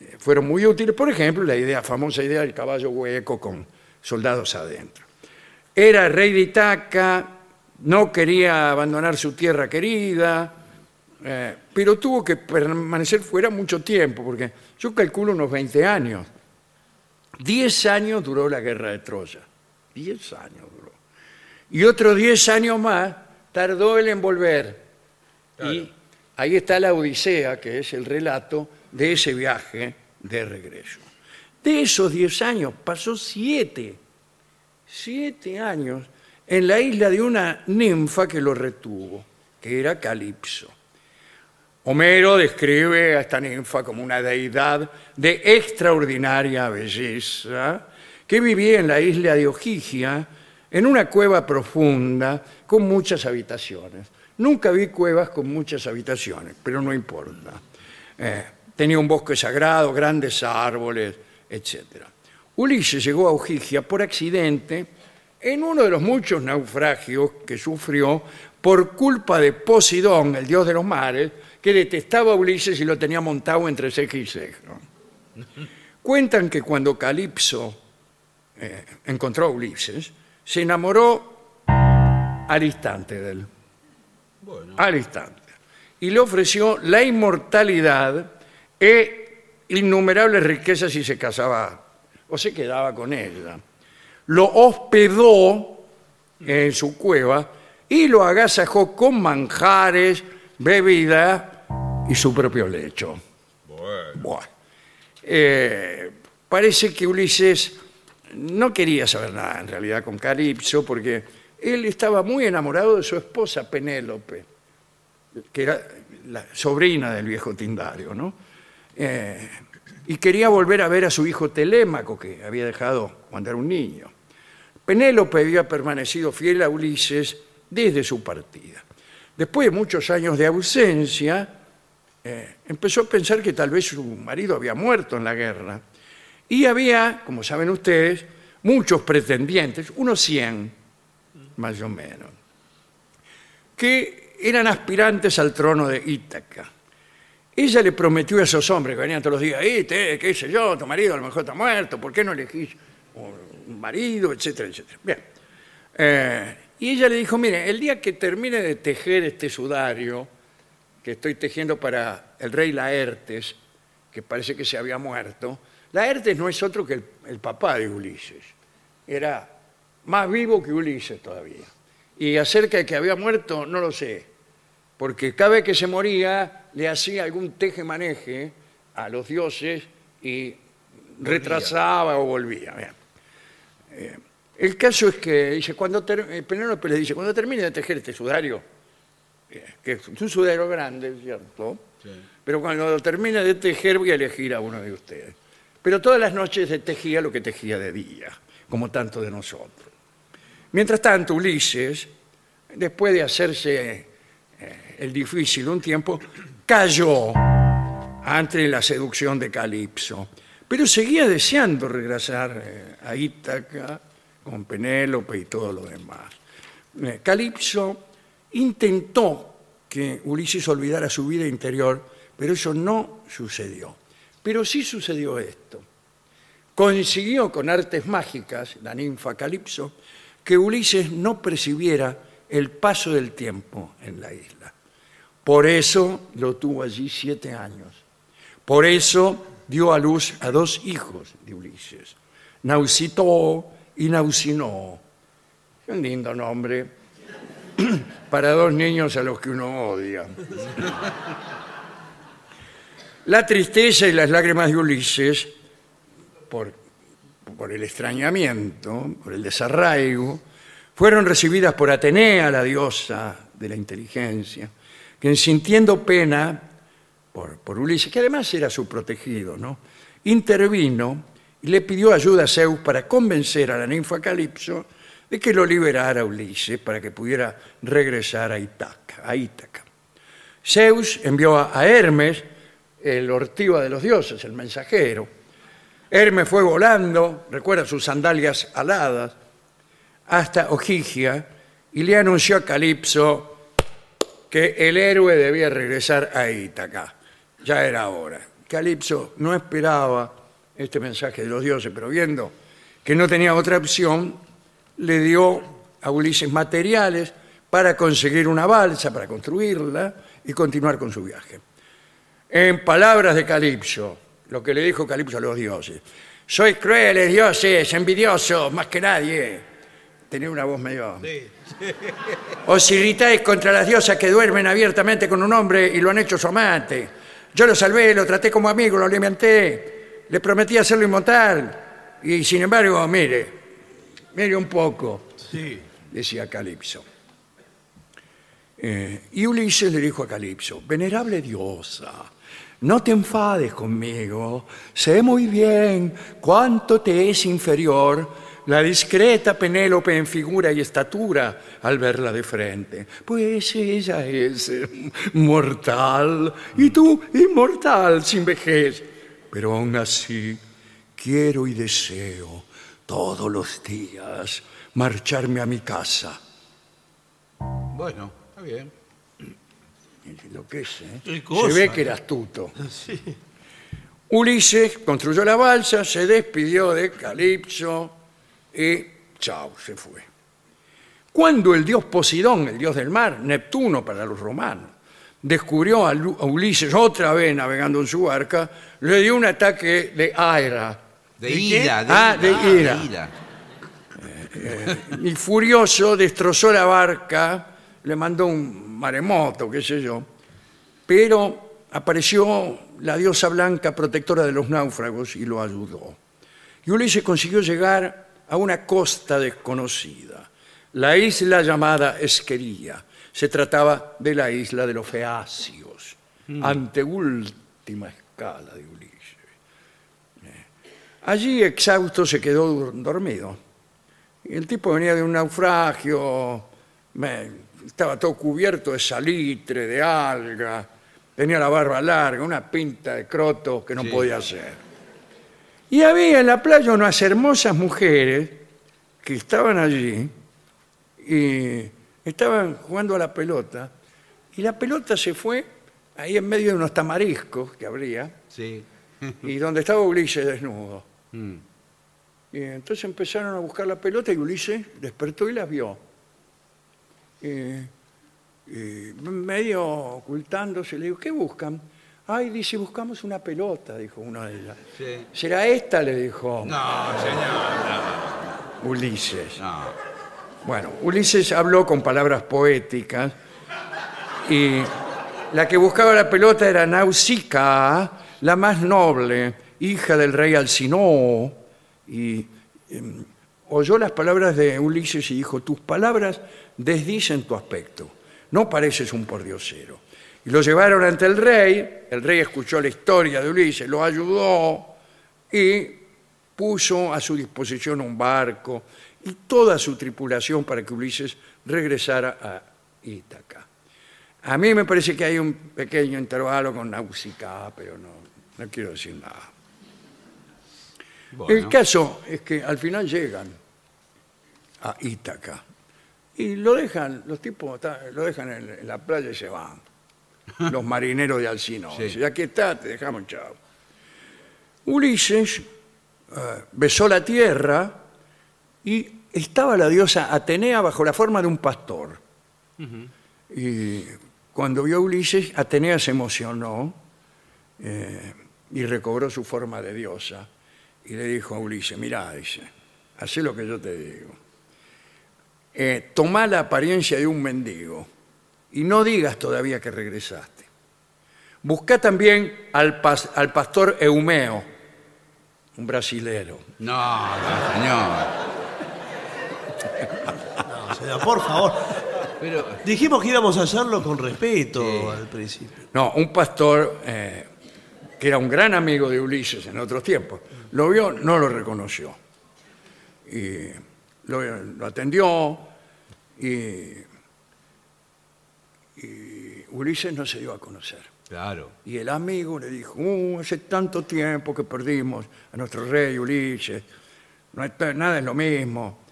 S2: eh, fueron muy útiles. Por ejemplo, la idea, famosa idea del caballo hueco con soldados adentro. Era rey de Itaca, no quería abandonar su tierra querida, eh, pero tuvo que permanecer fuera mucho tiempo, porque yo calculo unos 20 años. 10 años duró la guerra de Troya. 10 años duró. Y otros 10 años más tardó él en volver. Y ahí está la Odisea, que es el relato de ese viaje de regreso. De esos 10 años pasó 7. 7 años en la isla de una ninfa que lo retuvo, que era Calipso. Homero describe a esta ninfa como una deidad de extraordinaria belleza que vivía en la isla de Ojigia, en una cueva profunda con muchas habitaciones. Nunca vi cuevas con muchas habitaciones, pero no importa. Eh, tenía un bosque sagrado, grandes árboles, etc. Ulises llegó a Ojigia por accidente en uno de los muchos naufragios que sufrió por culpa de Posidón, el dios de los mares, que detestaba a Ulises y lo tenía montado entre ceja y ceja. Cuentan que cuando Calipso eh, encontró a Ulises, se enamoró al instante de él. Al instante. Y le ofreció la inmortalidad e innumerables riquezas si se casaba o se quedaba con ella. Lo hospedó en su cueva y lo agasajó con manjares, bebida y su propio lecho. Buah. Eh, parece que Ulises no quería saber nada en realidad con Calipso porque él estaba muy enamorado de su esposa Penélope, que era la sobrina del viejo Tindario, ¿no? Eh, y quería volver a ver a su hijo Telémaco, que había dejado cuando era un niño. Penélope había permanecido fiel a Ulises desde su partida. Después de muchos años de ausencia, eh, empezó a pensar que tal vez su marido había muerto en la guerra. Y había, como saben ustedes, muchos pretendientes, unos 100 más o menos, que eran aspirantes al trono de Ítaca. Ella le prometió a esos hombres que venían todos los días, "Eh, te, qué sé yo, tu marido a lo mejor está muerto, ¿por qué no elegís un marido, etcétera, etcétera? Bien. Eh, y ella le dijo, mire, el día que termine de tejer este sudario, que estoy tejiendo para el rey Laertes, que parece que se había muerto. Laertes no es otro que el, el papá de Ulises. Era más vivo que Ulises todavía. Y acerca de que había muerto, no lo sé. Porque cada vez que se moría, le hacía algún teje-maneje a los dioses y retrasaba o volvía. Bien. Eh, el caso es que, dice, cuando ter- eh, Penélope le dice, cuando termine de tejer este sudario, que es un sudero grande, ¿cierto? Pero cuando termine de tejer voy a elegir a uno de ustedes. Pero todas las noches se tejía lo que tejía de día, como tanto de nosotros. Mientras tanto, Ulises, después de hacerse eh, el difícil un tiempo, cayó ante la seducción de Calipso. Pero seguía deseando regresar eh, a Ítaca con Penélope y todo lo demás. Eh, Calipso intentó que Ulises olvidara su vida interior, pero eso no sucedió. Pero sí sucedió esto. Consiguió con artes mágicas, la ninfa Calipso, que Ulises no percibiera el paso del tiempo en la isla. Por eso lo tuvo allí siete años. Por eso dio a luz a dos hijos de Ulises, Nausitoo y Nausinoo. Un lindo nombre para dos niños a los que uno odia. La tristeza y las lágrimas de Ulises por, por el extrañamiento, por el desarraigo, fueron recibidas por Atenea, la diosa de la inteligencia, quien sintiendo pena por, por Ulises, que además era su protegido, ¿no? intervino y le pidió ayuda a Zeus para convencer a la ninfa Calipso de que lo liberara a Ulises para que pudiera regresar a Ítaca. A Ítaca. Zeus envió a a Hermes, el ortiva de los dioses, el mensajero. Hermes fue volando, recuerda sus sandalias aladas, hasta Ojigia y le anunció a Calipso que el héroe debía regresar a Ítaca. Ya era hora. Calipso no esperaba este mensaje de los dioses, pero viendo que no tenía otra opción, le dio a Ulises materiales para conseguir una balsa, para construirla y continuar con su viaje. En palabras de Calipso, lo que le dijo Calipso a los dioses, sois crueles dioses, envidiosos, más que nadie. Tenía una voz medio... Os irritáis contra las diosas que duermen abiertamente con un hombre y lo han hecho su amante. Yo lo salvé, lo traté como amigo, lo alimenté, le prometí hacerlo inmortal. Y sin embargo, mire, mire un poco,
S3: Sí.
S2: decía Calipso. Eh, y Ulises le dijo a Calipso, venerable diosa, no te enfades conmigo, sé muy bien cuánto te es inferior la discreta Penélope en figura y estatura al verla de frente, pues ella es eh, mortal y tú inmortal sin vejez, pero aún así quiero y deseo todos los días marcharme a mi casa.
S4: Bueno, está bien.
S2: Lo que es, ¿eh?
S3: Qué cosa.
S2: Se ve que era astuto. Ulises construyó la balsa, se despidió de Calipso y chao, se fue. Cuando el dios Posidón, el dios del mar, Neptuno para los romanos, descubrió a, Lu- a Ulises otra vez navegando en su barca, le dio un ataque de aira.
S4: De,
S3: ¿De qué?
S4: ira, de
S2: Ah,
S4: ira,
S2: de ira. y furioso destrozó la barca, le mandó un maremoto, qué sé yo, pero apareció la diosa blanca protectora de los náufragos y lo ayudó. Y Ulises consiguió llegar a una costa desconocida, la isla llamada Esquería. Se trataba de la isla de los Feacios, anteúltima escala de Ulises. Eh, Allí, exhausto, se quedó dur- dormido. Y el tipo venía de un naufragio, me- estaba todo cubierto de salitre, de alga, tenía la barba larga, una pinta de croto que no podía hacer. Y había en la playa unas hermosas mujeres que estaban allí y estaban jugando a la pelota y la pelota se fue ahí en medio de unos tamariscos que habría
S4: Sí.
S2: y donde estaba Ulises desnudo. Y entonces empezaron a buscar la pelota y Ulises despertó y las vio. Eh, eh, medio ocultándose, le digo, ¿qué buscan? Ay, dice, buscamos una pelota, dijo una de ellas.
S4: Sí.
S2: ¿Será esta? le dijo
S4: No, señor.
S2: Ulises.
S4: No.
S2: Bueno, Ulises habló con palabras poéticas y la que buscaba la pelota era Nausica, la más noble, hija del rey Alcinoo, y em, oyó las palabras de Ulises y dijo, tus palabras desdicen tu aspecto, no pareces un pordiosero. Y lo llevaron ante el rey, el rey escuchó la historia de Ulises, lo ayudó y puso a su disposición un barco y toda su tripulación para que Ulises regresara a Ítaca. A mí me parece que hay un pequeño intervalo con Nausicaa, pero no, no quiero decir nada. El
S4: Bueno.
S2: caso es que al final llegan a Ítaca y lo dejan, los tipos ta- lo dejan en en la playa y se van. Los marineros de Alcino.
S4: Sí.
S2: Dicen, aquí está, te dejamos, chao. Ulises eh, besó la tierra y estaba la diosa Atenea bajo la forma de un pastor. Y cuando vio a Ulises, Atenea se emocionó eh, y recobró su forma de diosa. Y le dijo a Ulises, mirá, dice, hacé lo que yo te digo. Eh, tomá la apariencia de un mendigo y no digas todavía que regresaste. Busca también al, pas- al pastor Eumeo, un brasilero.
S4: No, no, señor.
S3: No, señor, por favor.
S4: Pero,
S3: Dijimos que íbamos a hacerlo con respeto al principio.
S2: No, un pastor eh, que era un gran amigo de Ulises en otros tiempos, lo vio, no lo reconoció. Y lo, lo atendió y, y Ulises no se dio a conocer.
S4: Claro.
S2: Y el amigo le dijo, "Uh, hace tanto tiempo que perdimos a nuestro rey Ulises, no está- nada es lo mismo,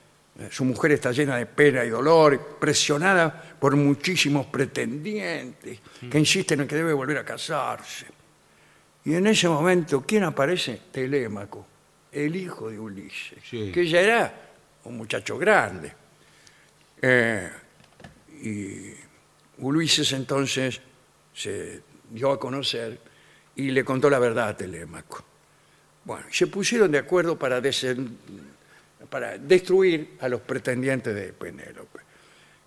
S2: Eh, su mujer está llena de pena y dolor, presionada por muchísimos pretendientes que insisten en que debe volver a casarse. Y en ese momento, ¿quién aparece? Telémaco, el hijo de Ulises,
S4: Sí.
S2: que ya era un muchacho grande. Eh, y Ulises entonces se dio a conocer y le contó la verdad a Telémaco. Bueno, se pusieron de acuerdo para, desen- para destruir a los pretendientes de Penélope.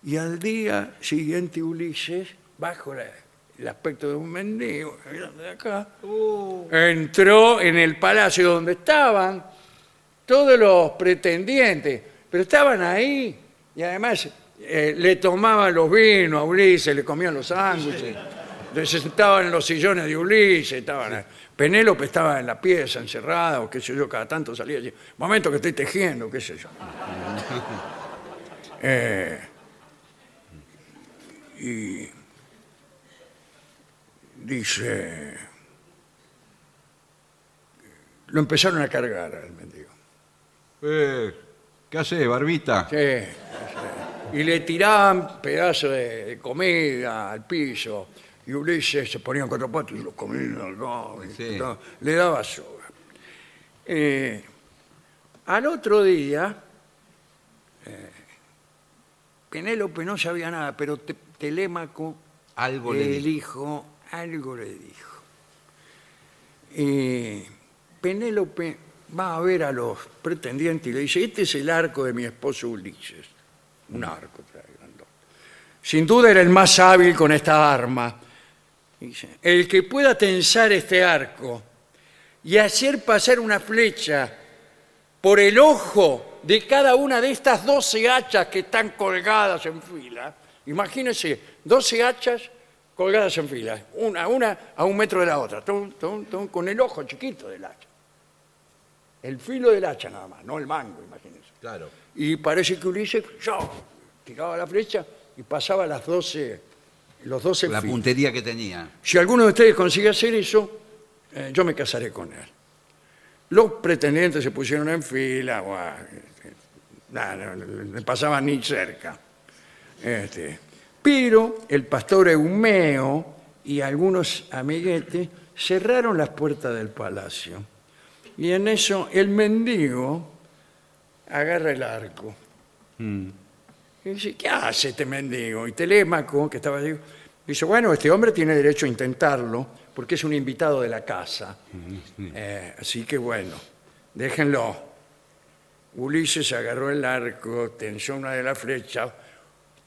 S2: Y al día siguiente Ulises, bajo la- el aspecto de un mendigo, de acá, entró en el palacio donde estaban todos los pretendientes, pero estaban ahí y además eh, le tomaban los vinos a Ulises, le comían los sándwiches, le- se sentaban en los sillones de Ulises, estaban ahí. Penélope estaba en la pieza encerrada o qué sé yo, cada tanto salía allí, momento que estoy tejiendo, qué sé yo. Eh, y dice, lo empezaron a cargar al mendigo.
S5: Eh, ¿Qué hace, Barbita?
S2: Sí, sí. Y le tiraban pedazos de, de comida al piso. Y Ulises se ponía en cuatro patas y lo comía. ¿no? Y
S4: Sí.
S2: todo. Le daba soga. Eh, al otro día, eh, Penélope no sabía nada, pero Te- Telémaco,
S4: Algo le
S2: el
S4: dijo.
S2: hijo, algo le dijo. Y Penélope va a ver a los pretendientes y le dice, este es el arco de mi esposo Ulises.
S4: Mm.
S2: Un arco. trae, grandote. Sin duda era el más hábil con esta arma. Dice, el que pueda tensar este arco y hacer pasar una flecha por el ojo de cada una de estas 12 hachas que están colgadas en fila. Imagínense, 12 hachas colgadas en fila, una, una a un metro de la otra, tum, tum, tum, con el ojo chiquito del hacha. El filo del hacha nada más, no el mango, imagínense.
S4: Claro.
S2: Y parece que Ulises ¡shoo! tiraba la flecha y pasaba las 12, los 12
S4: La
S2: filos.
S4: puntería que tenía.
S2: Si alguno de ustedes consigue hacer eso, eh, yo me casaré con él. Los pretendientes se pusieron en fila, guau, este, nada, no, no, no, no pasaban ni cerca. Este, pero el pastor Eumeo y algunos amiguetes cerraron las puertas del palacio. Y en eso el mendigo agarra el arco. Y dice, ¿qué hace este mendigo? Y Telémaco, que estaba allí, dice, bueno, este hombre tiene derecho a intentarlo porque es un invitado de la casa. Eh, así que bueno, déjenlo. Ulises agarró el arco, tensó una de las flechas,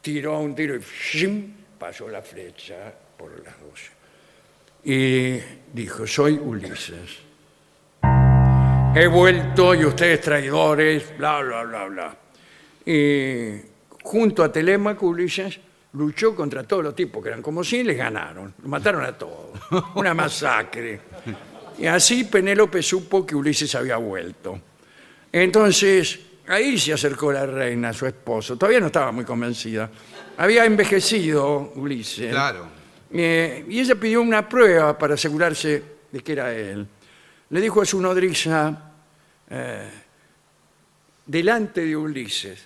S2: tiró un tiro y ¡shim! pasó la flecha por las dos. Y dijo, soy Ulises. He vuelto y ustedes traidores, bla, bla, bla, bla. Y junto a Telémaco, Ulises luchó contra todos los tipos, que eran como si les ganaron, los mataron a todos. Una masacre. Y así Penélope supo que Ulises había vuelto. Entonces, ahí se acercó la reina, su esposo. Todavía no estaba muy convencida. Había envejecido Ulises.
S4: Claro.
S2: Eh, y ella pidió una prueba para asegurarse de que era él. Le dijo a su nodriza, eh, delante de Ulises,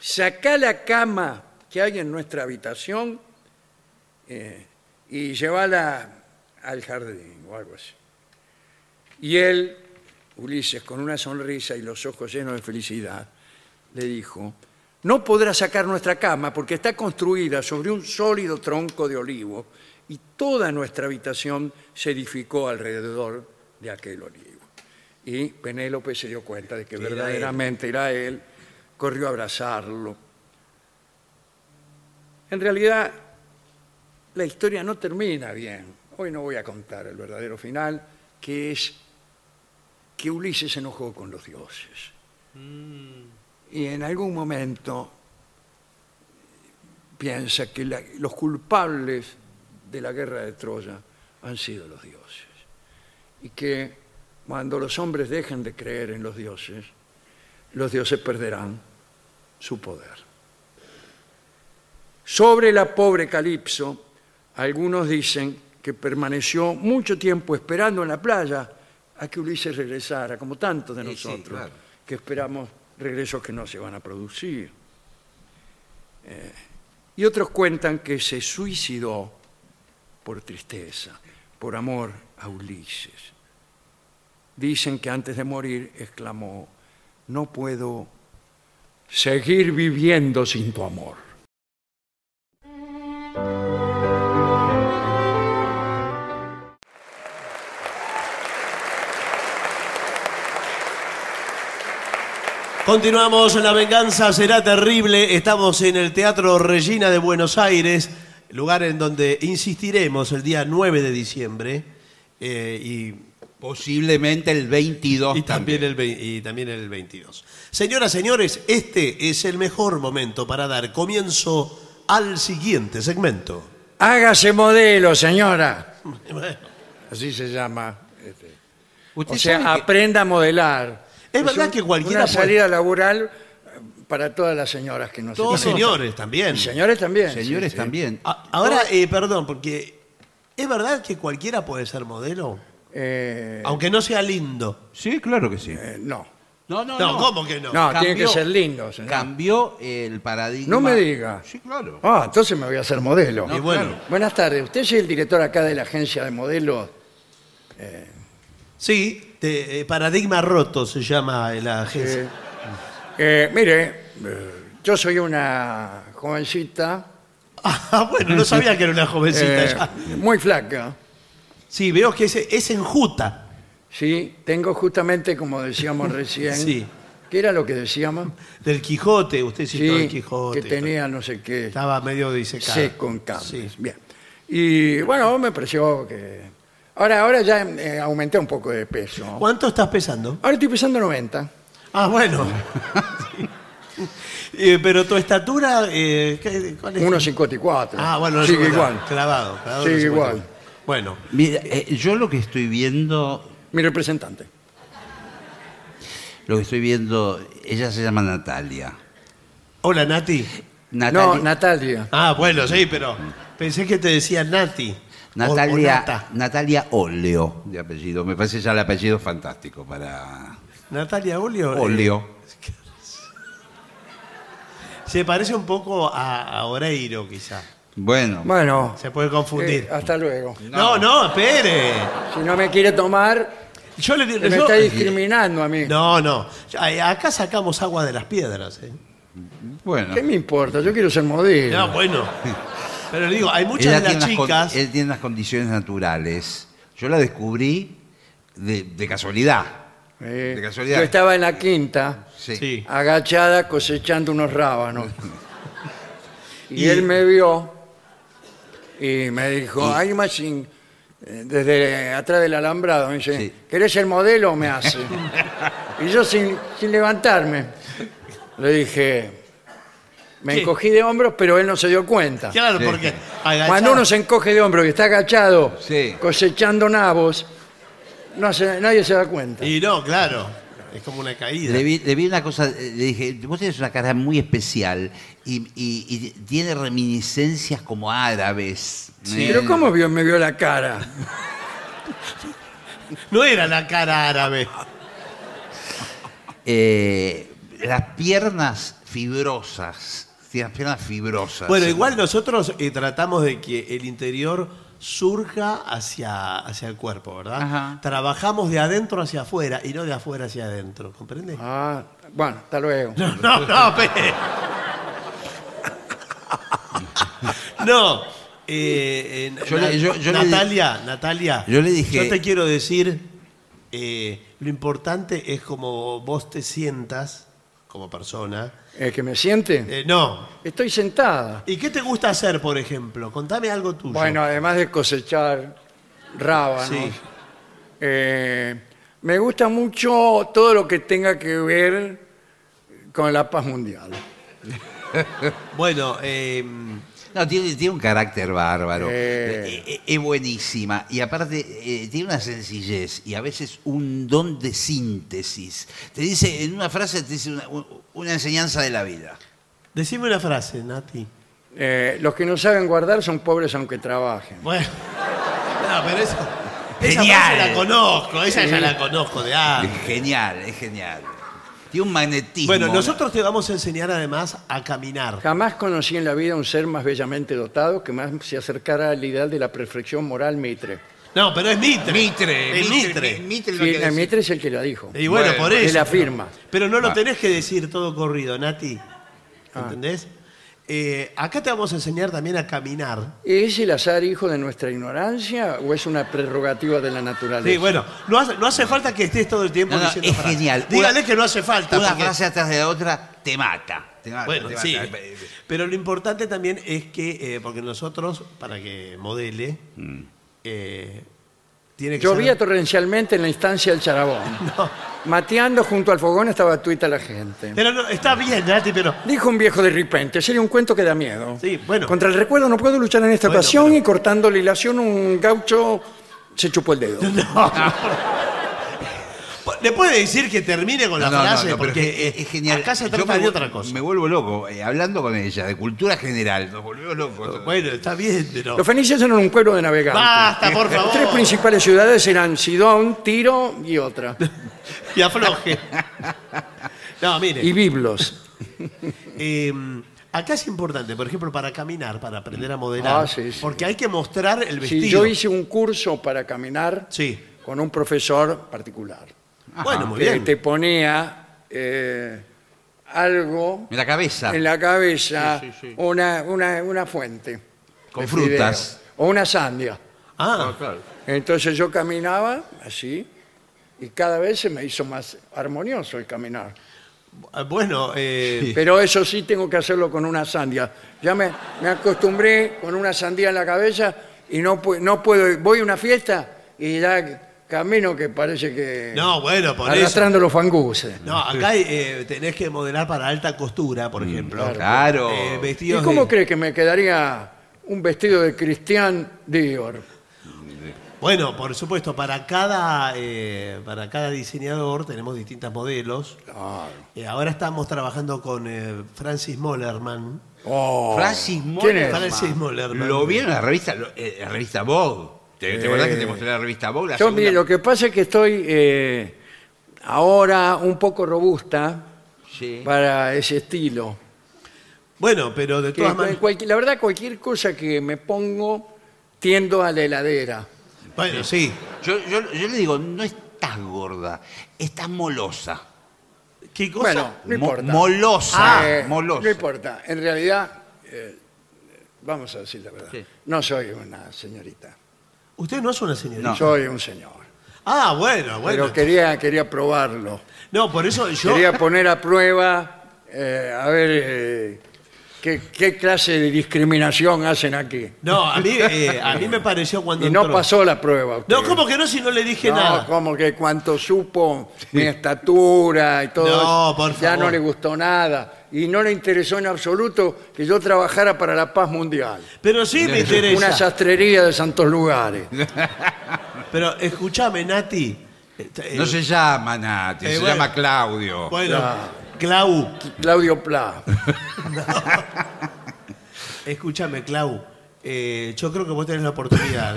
S2: sacá la cama que hay en nuestra habitación eh, y llévala al jardín o algo así. Y él, Ulises, con una sonrisa y los ojos llenos de felicidad, le dijo, no podrá sacar nuestra cama porque está construida sobre un sólido tronco de olivo y toda nuestra habitación se edificó alrededor de aquel olivo. Y Penélope se dio cuenta de que
S4: era él.
S2: verdaderamente era él, corrió a abrazarlo. En realidad, la historia no termina bien. Hoy no voy a contar el verdadero final, que es que Ulises se enojó con los dioses. Y en algún momento piensa que la- los culpables de la guerra de Troya han sido los dioses. y que cuando los hombres dejen de creer en los dioses, los dioses perderán su poder. Sobre la pobre Calipso, algunos dicen que permaneció mucho tiempo esperando en la playa a que Ulises regresara, como tantos de
S4: Sí, sí,
S2: nosotros,
S4: claro.
S2: que esperamos regresos que no se van a producir. Eh, y otros cuentan que se suicidó por tristeza, por amor a Ulises. Dicen que antes de morir exclamó, no puedo seguir viviendo sin tu amor.
S3: Continuamos en La Venganza Será Terrible. Estamos en el Teatro Regina de Buenos Aires, lugar en donde insistiremos el día 9 de diciembre eh, y,
S4: Posiblemente el 22
S3: y también el, vei- y también el 22. Señoras, señores, este es el mejor momento para dar comienzo al siguiente segmento.
S2: Hágase modelo, señora.
S3: Bueno,
S2: Así se llama. este.
S4: Usted
S2: O sea,
S4: sabe que-
S2: aprenda a modelar.
S3: Es verdad que cualquiera
S2: Una
S3: puede-
S2: salida laboral eh, para todas las señoras que nos
S3: todos
S2: escuchan.
S3: señores también.
S2: Y señores también.
S4: Señores,
S2: sí, Ah, sí.
S4: también.
S3: A- Ahora, eh, perdón, porque ¿es verdad que cualquiera puede ser modelo?
S2: Eh,
S3: Aunque no sea lindo.
S4: Sí, claro que sí.
S2: eh, no.
S4: No, no,
S3: No,
S4: no.
S3: ¿cómo que no?
S2: No,
S4: Cambió-
S2: tiene que ser lindo. señor.
S4: Cambió el paradigma.
S2: No me diga.
S4: Sí, claro.
S2: Ah, entonces me voy a hacer modelo.
S3: y bueno,
S2: Buenas tardes. Usted es el director acá de la agencia de modelos.
S3: sí, te- eh, paradigma roto se llama la agencia.
S2: Eh, eh, mire, eh, yo soy una jovencita.
S3: Ah, bueno, no sabía que era una jovencita
S2: eh,
S3: ya.
S2: muy flaca.
S3: Sí, veo que es, es enjuta.
S2: Sí, tengo justamente, como decíamos recién,
S3: Sí.
S2: ¿qué era lo que decíamos?
S3: Del Quijote, usted citó el Quijote.
S2: que tenía no sé qué,
S3: Estaba medio disecado.
S2: seco en carnes.
S3: Sí.
S2: Bien. Y bueno, me pareció que... Ahora, ahora ya eh, aumenté un poco de peso.
S3: ¿Cuánto estás pesando?
S2: Ahora estoy pesando 90.
S3: Ah, bueno. Sí. Eh, pero tu estatura, eh, ¿qué- ¿cuál es?
S2: 1,54.
S3: Ah, bueno, no
S2: Sigue
S3: es
S2: igual.
S3: Clavado. clavado
S2: Sigue
S3: no se
S2: igual.
S3: cuenta. Bueno,
S4: Mira, eh, yo lo que estoy viendo,
S2: Mi representante.
S4: lo que estoy viendo, ella se llama Natalia.
S3: hola Nati.
S4: Natalia,
S2: No, Natalia.
S3: Ah, bueno, sí, pero pensé que te decía Nati. o- o
S4: Natalia,
S3: Nata.
S4: Natalia Oleo, de apellido. Me parece ya el apellido fantástico para
S3: Natalia Olio. eh,
S4: Oleo.
S3: se parece un poco a, a Oreiro, quizá.
S4: Bueno,
S2: Bueno,
S3: Se puede
S2: eh,
S3: confundir.
S2: hasta luego.
S3: no. no, espere.
S2: Si no me quiere tomar,
S3: Yo le
S2: me
S3: yo-
S2: está discriminando a mí.
S3: No, no. Yo- ay, Acá sacamos agua de las piedras. ¿eh?
S4: bueno.
S2: ¿Qué me importa? Yo quiero ser modelo.
S3: No, bueno. Pero le digo, hay muchas
S4: Ella
S3: de las
S4: tiene unas con-
S3: chicas.
S4: él tiene unas condiciones naturales. Yo la descubrí de, de casualidad.
S2: Eh,
S4: De casualidad.
S2: yo estaba en la quinta,
S4: Sí.
S3: Sí.
S2: agachada cosechando unos rábanos. Y,
S3: Y-
S2: él me vio y me dijo, hay más desde atrás del alambrado, me dice,
S4: Sí.
S2: ¿querés el modelo o me hace? y yo sin, sin levantarme, le dije, me
S3: ¿Qué?
S2: encogí de hombros, pero él no se dio cuenta.
S3: Claro,
S4: Sí.
S3: porque agachada-
S2: Cuando uno se encoge de hombros y está agachado,
S4: Sí.
S2: cosechando nabos, no se- nadie se da cuenta.
S3: Y no, claro. Es como una caída.
S4: Le vi, le vi una cosa, eh, le dije, vos tenés una cara muy especial y, y- y tiene reminiscencias como árabes. Eh,
S2: Pero ¿cómo vio, me vio la cara?
S3: No era la cara árabe.
S4: eh, las piernas fibrosas. Tiene las piernas fibrosas.
S3: Bueno, igual nosotros eh, tratamos de que el interior surja hacia, hacia el cuerpo, ¿verdad?
S4: Ajá.
S3: Trabajamos de adentro hacia afuera y no de afuera hacia adentro, ¿comprende?
S2: Ah, bueno, hasta luego.
S3: No, no, no, pe- No. eh, eh,
S4: Yo le-
S3: Na-
S4: yo- yo le di-
S3: Natalia, Natalia.
S4: Yo le dije-
S3: Yo te quiero decir, eh, lo importante es como vos te sientas como persona.
S2: ¿Es que me siente?
S3: Eh, no.
S2: Estoy sentada.
S3: ¿Y qué te gusta hacer, por ejemplo? Contame algo tuyo.
S2: Bueno, además de cosechar rábanos,
S3: Sí.
S2: eh, me gusta mucho todo lo que tenga que ver con la paz mundial.
S3: Bueno, eh,
S4: No, tiene, tiene un carácter bárbaro.
S2: Sí.
S4: Eh, eh, Es buenísima. Y aparte, eh, tiene una sencillez y a veces un don de síntesis. Te dice, en una frase, te dice una, u- una enseñanza de la vida.
S3: decime una frase, Nati.
S2: Eh, los que no saben guardar son pobres aunque trabajen.
S3: Bueno, no, pero eso. Esa
S4: Genial.
S3: frase la conozco, esa ya la conozco de antes.
S4: Es genial, es genial. Tiene un magnetismo.
S3: Bueno, nosotros te vamos a enseñar además a caminar.
S2: Jamás conocí en la vida un ser más bellamente dotado que más se acercara al ideal de la perfección moral Mitre.
S3: No, pero es Mitre.
S4: Eh, Mitre,
S3: Es
S4: Mitre,
S3: Eh, Mitre.
S4: Mitre lo
S2: Sí,
S4: que
S2: eh,
S4: decía.
S2: Mitre es el que la dijo.
S3: Y bueno,
S4: Bueno,
S3: por
S2: que
S3: eso.
S2: la firma.
S3: Pero no lo
S4: Va.
S3: tenés que decir todo corrido, Nati.
S2: Ah.
S3: ¿Entendés? Eh, acá te vamos a enseñar también a caminar.
S2: ¿Es el azar hijo de nuestra ignorancia o es una prerrogativa de la naturaleza?
S3: Sí, bueno, no hace, no hace falta que estés todo el tiempo
S4: No, no,
S3: diciendo
S4: es
S3: frases.
S4: genial.
S3: Dígale
S4: Una-
S3: que no hace falta.
S4: Una
S3: porque-
S4: frase atrás de la otra te mata. Te mata,
S3: Bueno,
S4: te
S3: sí.
S4: mata.
S3: eh, Pero lo importante también es que, eh, porque nosotros, para que modele,
S4: Mm.
S3: eh, tiene que
S2: Llovía
S3: ser-
S2: torrencialmente en la instancia del Charabón. Mateando junto al fogón estaba tuita la gente.
S3: Pero no, está bien, Nati, pero
S2: Dijo un viejo de repente, sería un cuento que da miedo.
S3: Sí, bueno.
S2: Contra el recuerdo no puedo luchar en esta
S3: Bueno,
S2: ocasión
S3: pero-
S2: y cortando la ilación un gaucho se chupó el dedo.
S3: le puede decir que termine con
S4: No,
S3: la
S4: no, no,
S3: frase,
S4: no, pero
S3: porque
S4: es,
S3: eh,
S4: es genial.
S3: acá se
S4: Yo
S3: trata
S4: me
S3: de
S4: vu-
S3: otra cosa.
S4: Me vuelvo loco, eh, hablando con ella, de cultura general, nos volvemos locos.
S3: Bueno, está bien, pero...
S2: Los fenicios eran un pueblo de navegantes.
S3: Basta, por favor.
S2: Las tres principales ciudades eran Sidón, Tiro y otra.
S3: Y afloje. No, mire.
S2: Y Biblos.
S3: Eh, acá es importante, por ejemplo, para caminar, para aprender a modelar.
S2: Ah, sí, sí.
S3: Porque hay que mostrar el
S2: Sí,
S3: vestido.
S2: yo hice un curso para caminar
S3: Sí.
S2: con un profesor particular.
S3: Bueno, muy
S2: que
S3: bien.
S2: Ah, te ponía eh, algo
S4: En la cabeza.
S2: en la cabeza, Una, una- una fuente.
S4: Con
S2: de
S4: frutas.
S2: fideo, o una sandia.
S3: Ah,
S2: Entonces yo caminaba así y cada vez se me hizo más armonioso el caminar.
S3: Ah, bueno, eh,
S2: Pero eso sí tengo que hacerlo con una sandía. Ya me, me acostumbré con una sandía en la cabeza y no, pu- no puedo. Voy a una fiesta y ya camino que parece que...
S3: no, bueno, por eso.
S2: arrastrando los fanguses.
S3: No, acá eh, tenés que modelar para alta costura, por ejemplo.
S4: Claro.
S2: Mm,
S3: Eh,
S2: ¿Y
S3: vestidos
S2: cómo
S3: de-
S2: crees que me quedaría un vestido de Cristian Dior?
S3: Bueno, por supuesto, para cada, eh, para cada diseñador tenemos distintos modelos.
S2: Ah,
S3: Eh, ahora estamos trabajando con eh, Francis Mollerman.
S4: Francis
S2: Oh. ¿Quién
S4: Mollerman.
S2: es?
S3: Francis Mollerman.
S4: Lo vi en la revista, lo- eh, la revista Vogue. ¿Te, te acordás que te mostré la revista Vogue? La
S2: Eh, Yo, mire,
S4: segunda-
S2: lo que pasa es que estoy eh, ahora un poco robusta
S4: Sí.
S2: para ese estilo.
S3: Bueno, pero de
S2: Que
S3: todas
S2: cual-
S3: maneras.
S2: cualqui- la verdad, cualquier cosa que me pongo tiendo a la heladera.
S3: Bueno, sí.
S4: Yo, yo- yo le digo, no estás gorda, estás molosa.
S3: ¿Qué cosa?
S2: Bueno, no
S4: Mo-
S2: importa.
S4: molosa.
S2: Eh,
S4: molosa.
S2: No importa. En realidad, eh, vamos a decir la verdad.
S4: Sí.
S2: No soy una señorita.
S3: Usted no es una señorita.
S4: No.
S2: Soy un señor.
S3: Ah, bueno, bueno.
S2: Pero quería, quería probarlo.
S3: No, por eso yo.
S2: Quería poner a prueba, eh, a ver, eh, qué, qué clase de discriminación hacen aquí.
S3: No, a mí, eh, a mí me pareció cuando.
S2: Y no
S3: entró.
S2: pasó la prueba. usted.
S3: No, ¿cómo que no si no le dije
S2: No,
S3: nada?
S2: como que cuanto supo mi estatura y todo,
S3: No,
S2: eso,
S3: por
S2: ya
S3: favor.
S2: no le gustó nada. Y no le interesó en absoluto que yo trabajara para la paz mundial.
S3: Pero sí me interesa.
S2: Una sastrería de santos lugares.
S3: Pero escúchame, Nati. Eh, eh,
S4: No se llama Nati,
S3: eh,
S4: se
S3: bueno.
S4: llama Claudio.
S3: Bueno,
S2: Ah.
S3: Clau,
S2: Claudio Pla.
S3: escúchame, Clau. eh, yo creo que vos tenés la oportunidad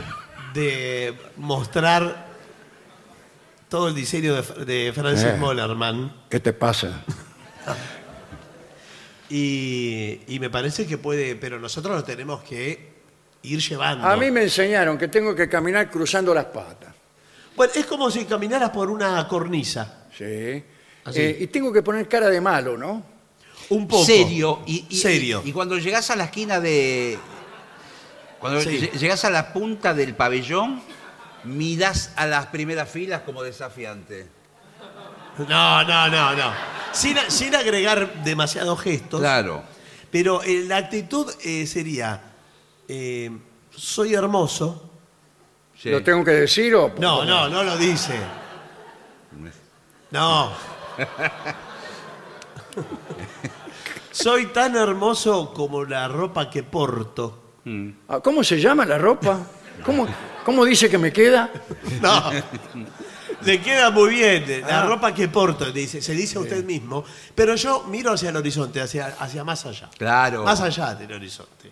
S3: de mostrar todo el diseño de, de Francis
S2: Eh.
S3: Mollerman.
S2: ¿Qué te pasa?
S3: Y, y me parece que puede, pero nosotros lo tenemos que ir llevando.
S2: A mí me enseñaron que tengo que caminar cruzando las patas.
S3: Bueno, es como si caminaras por una cornisa,
S2: Sí.
S3: Así.
S2: Eh, y tengo que poner cara de malo, ¿no?
S3: un poco.
S4: Serio. Y, y-
S3: Serio.
S4: Y, y cuando llegás a la esquina de. Cuando
S3: Sí.
S4: lle- llegás a la punta del pabellón, mirás a las primeras filas como desafiante.
S3: No, no, no, no. Sin, a- sin agregar demasiados gestos.
S4: Claro.
S3: Pero eh, la actitud eh, sería, eh, soy hermoso.
S4: Sí.
S2: ¿Lo tengo que decir o...?
S3: No, no, no lo dice. No. Soy tan hermoso como la ropa que porto.
S2: Ah, ¿Cómo se llama la ropa? ¿Cómo, cómo dice que me queda?
S3: No. Le queda muy bien eh,
S4: Ah.
S3: la ropa que porto, dice, se dice a usted mismo. Pero yo miro hacia el horizonte, hacia, hacia más allá.
S4: Claro.
S3: Más allá del horizonte.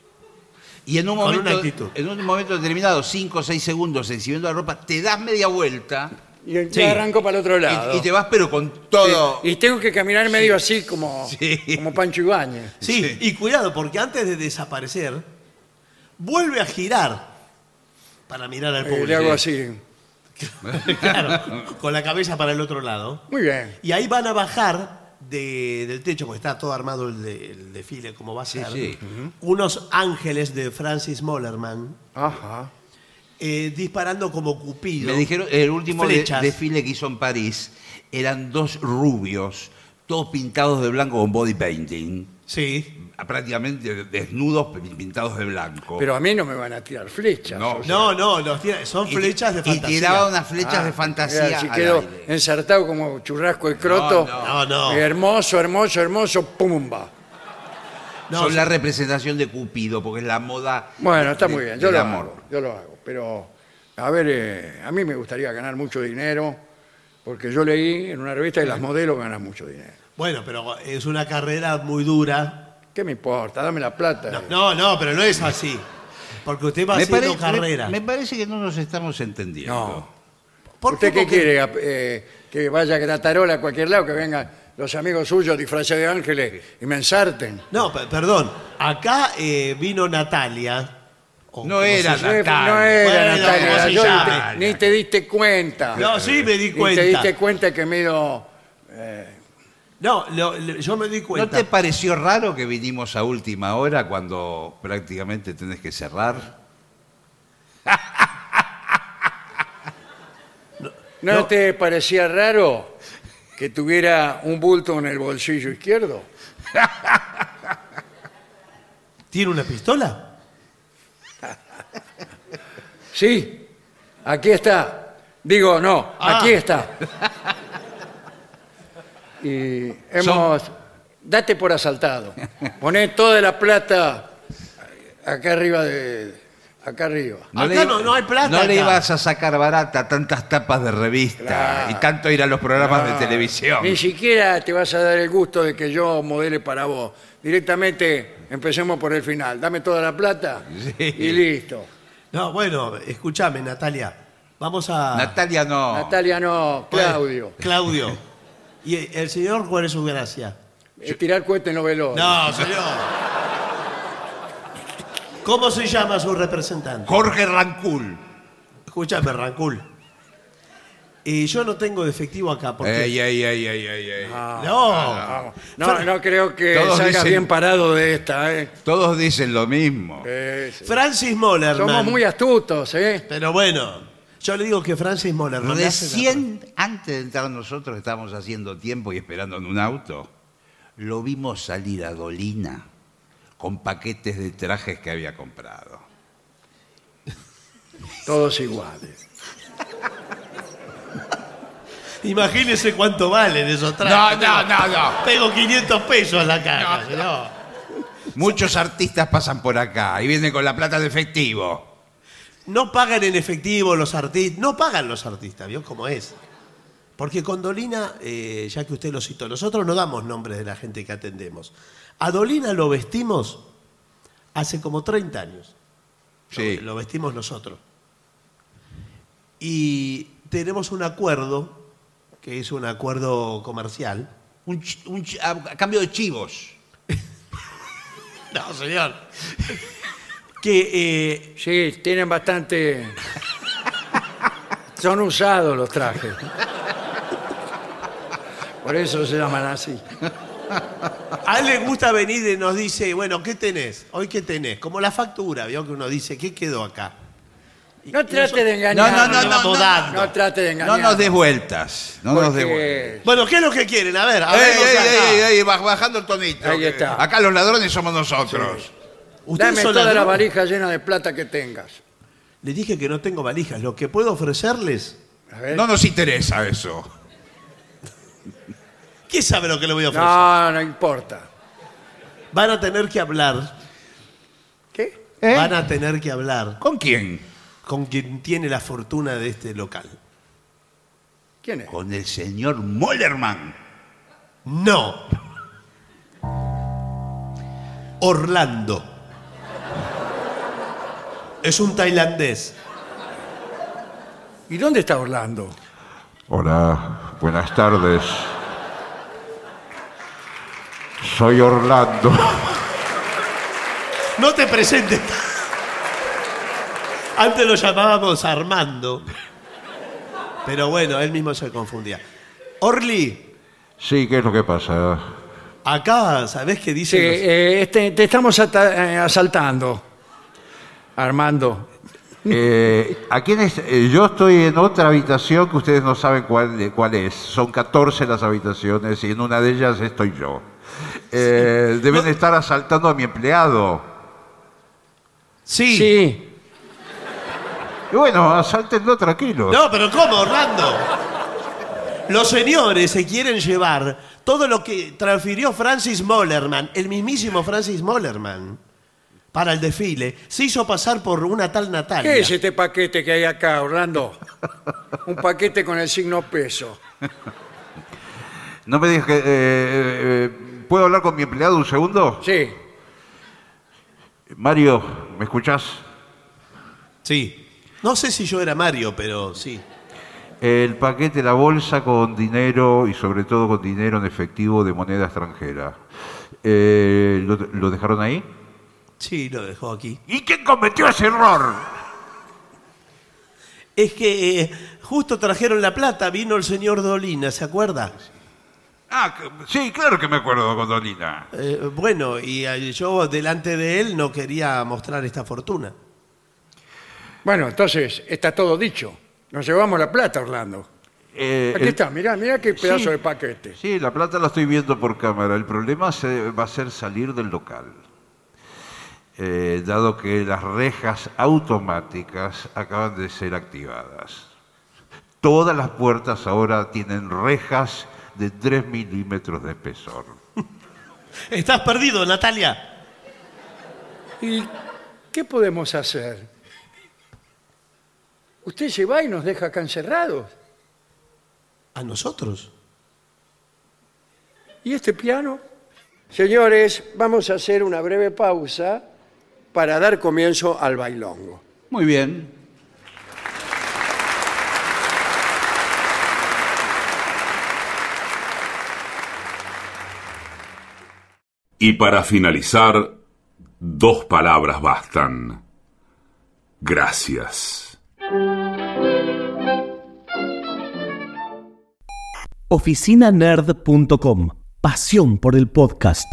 S4: Y en un
S3: Con una
S4: momento,
S3: actitud.
S4: en un momento determinado, 5 o 6 segundos exhibiendo la ropa, te das media vuelta
S2: Y ya
S3: Sí.
S2: arranco para el otro lado.
S4: y, y te vas, pero con todo.
S2: Y tengo que caminar medio así como,
S4: Sí.
S2: como Pancho Ibáñez.
S3: Sí,
S4: Sí.
S3: y cuidado, porque antes de desaparecer, vuelve a girar para mirar al
S2: Eh, le hago
S3: público.
S2: así.
S3: Claro, con la cabeza para el otro lado.
S2: Muy bien.
S3: Y ahí van a bajar de- del techo, porque está todo armado el, de- el desfile, como va a ser,
S4: sí.
S3: unos ángeles de Francis Mollerman
S2: Ajá.
S3: eh, disparando como Cupido.
S4: Me dijeron, el último de-
S3: Flechas.
S4: desfile que hizo en París eran dos rubios, todos pintados de blanco con body painting,
S3: Sí.
S4: prácticamente desnudos pe- pintados de blanco.
S2: Pero a mí no me van a tirar flechas.
S4: No.
S2: o sea.
S3: No, no, los tira- son
S4: Y-
S3: flechas de
S4: Y
S3: fantasía.
S4: tiraba unas flechas
S2: Ah,
S4: de
S2: mirá,
S4: fantasía.
S2: Si
S4: al
S2: quedo
S4: aire.
S2: ensartado como churrasco de croto.
S3: No, no.
S2: Hermoso, hermoso, hermoso, pumba.
S3: No,
S4: Son
S3: sí.
S4: la representación de Cupido, porque es la moda.
S2: Bueno, está
S4: de-
S2: muy bien, yo
S4: del
S2: lo
S4: amor.
S2: hago, yo lo hago, pero a ver, eh, a mí me gustaría ganar mucho dinero, porque yo leí en una revista que las modelos ganan mucho dinero.
S3: Bueno, pero es una carrera muy dura.
S2: ¿Qué me importa? Dame la plata.
S3: No, no, no, pero no es así. Porque usted va
S4: pare-
S3: haciendo carrera.
S4: me- me parece que no nos estamos entendiendo.
S2: No.
S3: ¿Por
S2: ¿Usted qué
S3: porque-
S2: quiere? ap- eh, que vaya a Gratarola a cualquier lado, que vengan los amigos suyos disfrazados de ángeles y me ensarten.
S3: No, pe- perdón. Acá eh, vino Natalia. o
S4: No
S3: como se
S4: era
S3: llame.
S2: No era
S3: Bueno,
S2: Natalia,
S3: ¿cómo se
S2: yo ni te-
S3: llama?
S2: ni te diste cuenta.
S3: No, sí me di
S2: Ni
S3: cuenta.
S2: te diste cuenta que mido...
S3: No, lo- lo- yo me di
S4: ¿No
S3: cuenta.
S4: te pareció raro que vinimos a última hora cuando prácticamente tenés que cerrar?
S2: ¿No,
S3: No.
S2: te parecía raro que tuviera un bulto en el bolsillo izquierdo?
S3: ¿Tiene una pistola?
S2: Sí, aquí está. Digo, no,
S3: Ah.
S2: aquí está. Y hemos... Date por asaltado. Poné toda la plata acá arriba de... Acá arriba.
S3: Acá no- no hay plata
S4: No le
S3: acá.
S4: ibas a sacar barata tantas tapas de revista
S2: Claro.
S4: y tanto ir a los programas de televisión.
S2: Ni siquiera te vas a dar el gusto de que yo modele para vos. Directamente empecemos por el final. Dame toda la plata y listo.
S3: No, bueno, escúchame, Natalia. Vamos a.
S4: Natalia no.
S2: Natalia no,
S3: Bueno,
S2: Claudio.
S3: Claudio. ¿Y el señor cuál es su gracia?
S2: Eh, Tirar cohete en los velorios.
S3: No, señor. ¿Cómo se llama su representante?
S4: Jorge Rancul.
S3: Escúchame, Rancul. Y yo no tengo de efectivo acá porque.
S4: Ey, ey, ey, ey, ey, ey.
S2: Ah.
S3: no.
S2: Eh, No, no creo que
S4: Todos
S2: salgas
S4: dicen-
S2: bien parado de esta. eh.
S4: Todos dicen lo mismo.
S2: Eh, sí.
S3: Francis Moller.
S2: Somos muy astutos, ¿eh?
S3: Pero bueno, yo le digo que Francis Moller. ¿no?
S4: Recién, antes de entrar nosotros, estábamos haciendo tiempo y esperando en un auto. Lo vimos salir a Dolina con paquetes de trajes que había comprado.
S2: Todos iguales.
S3: Imagínese cuánto valen esos trajes.
S4: no, no.
S3: Pego 500 pesos en la caja, señor.
S4: Muchos artistas pasan por acá y vienen con la plata de efectivo.
S3: No pagan en efectivo los artistas. No pagan los artistas, ¿vio cómo es? Porque con Dolina, eh, ya que usted lo citó, nosotros no damos nombres de la gente que atendemos. A Dolina lo vestimos hace como 30 años.
S4: Sí.
S3: Lo, lo vestimos nosotros. Y tenemos un acuerdo, que es un acuerdo comercial.
S4: Un chi- un chi-
S3: ah,
S4: a, a cambio de chivos.
S3: No, señor. Que eh,
S2: Sí, tienen bastante... Son usados los trajes. Por eso se llaman así.
S3: a él le gusta venir y nos dice, bueno, ¿qué tenés? Hoy qué tenés. Como la factura, vio que uno dice, ¿qué quedó acá? Y- y
S2: No trate
S3: nosotros-
S2: de engañar.
S4: No, no, no, no,
S3: Vamos
S4: no.
S3: dando.
S2: No trate de
S4: No
S2: engañar.
S4: nos des vueltas. No nos des vueltas.
S2: porque-
S3: Bueno, ¿qué es lo que quieren? A ver, a ver.
S4: Ey,
S3: los
S4: ey,
S3: acá.
S4: ey, ey, baj- bajando el tonito.
S2: Ahí
S4: que
S2: está.
S4: Acá los ladrones somos nosotros.
S3: ¿Ustedes
S2: Dame
S3: son
S2: toda la
S3: ladrones?
S2: valija llena de plata que tengas.
S3: Les dije que no tengo valijas. Lo que puedo ofrecerles,
S2: A ver.
S4: No nos interesa eso.
S3: ¿quién sabe lo que le voy a ofrecer?
S2: No, no importa.
S3: Van a tener que hablar.
S2: ¿Qué?
S4: ¿Eh?
S3: Van a tener que hablar
S4: ¿Con quién?
S3: con quien tiene la fortuna de este local.
S2: ¿Quién es?
S4: Con el señor Mollerman.
S3: No. Orlando. Es un tailandés.
S2: ¿Y dónde está Orlando?
S5: Hola, buenas tardes. Soy Orlando.
S3: No te presentes. Antes lo llamábamos Armando. Pero bueno, él mismo se confundía. Orly,
S5: Sí, ¿qué es lo que pasa?
S3: acá, ¿sabés qué
S2: Sí,
S3: dice?
S2: eh, este, te estamos ata- eh, asaltando, Armando.
S5: Eh, ¿A quién es? Eh, Yo estoy en otra habitación que ustedes no saben cuál, eh, cuál es. Son 14 las habitaciones y en una de ellas estoy yo. Eh, Deben estar asaltando a mi empleado.
S3: Sí.
S2: Sí,
S5: Y bueno, asáltenlo tranquilos.
S3: No, pero ¿cómo, Orlando? Los señores se quieren llevar todo lo que transfirió Francis Mollerman, el mismísimo Francis Mollerman, para el desfile. Se hizo pasar por una tal Natalia.
S2: ¿Qué es este paquete que hay acá, Orlando? Un paquete con el signo peso.
S5: No me digas que... eh, eh, ¿Puedo hablar con mi empleado un segundo?
S2: Sí.
S5: Mario, ¿me escuchás?
S3: Sí. No sé si yo era Mario, pero sí.
S5: El paquete, la bolsa con dinero y sobre todo con dinero en efectivo de moneda extranjera. Eh, ¿lo, lo dejaron ahí?
S3: Sí, lo dejó aquí.
S5: ¿Y quién cometió ese error?
S3: Es que eh, justo trajeron la plata, vino el señor Dolina, ¿se acuerda?
S5: Ah, que- sí, claro que me acuerdo con Dolina.
S3: Eh, bueno, y eh, yo delante de él no quería mostrar esta fortuna.
S2: Bueno, entonces está todo dicho. Nos llevamos la plata, Orlando.
S5: Eh,
S2: Aquí
S5: el-
S2: está, mirá, mirá qué pedazo
S5: Sí.
S2: de paquete.
S5: Sí, la plata la estoy viendo por cámara. El problema se- va a ser salir del local. Eh, dado que las rejas automáticas acaban de ser activadas. Todas las puertas ahora tienen rejas de 3 milímetros de espesor.
S3: Estás perdido, Natalia.
S2: ¿Y qué podemos hacer? Usted se va y nos deja acá encerrados.
S3: ¿A nosotros?
S2: ¿Y este piano? Señores, vamos a hacer una breve pausa para dar comienzo al bailongo.
S4: Muy bien.
S6: Y para finalizar, dos palabras bastan. Gracias.
S7: oficinanerd.com. Pasión por el podcast.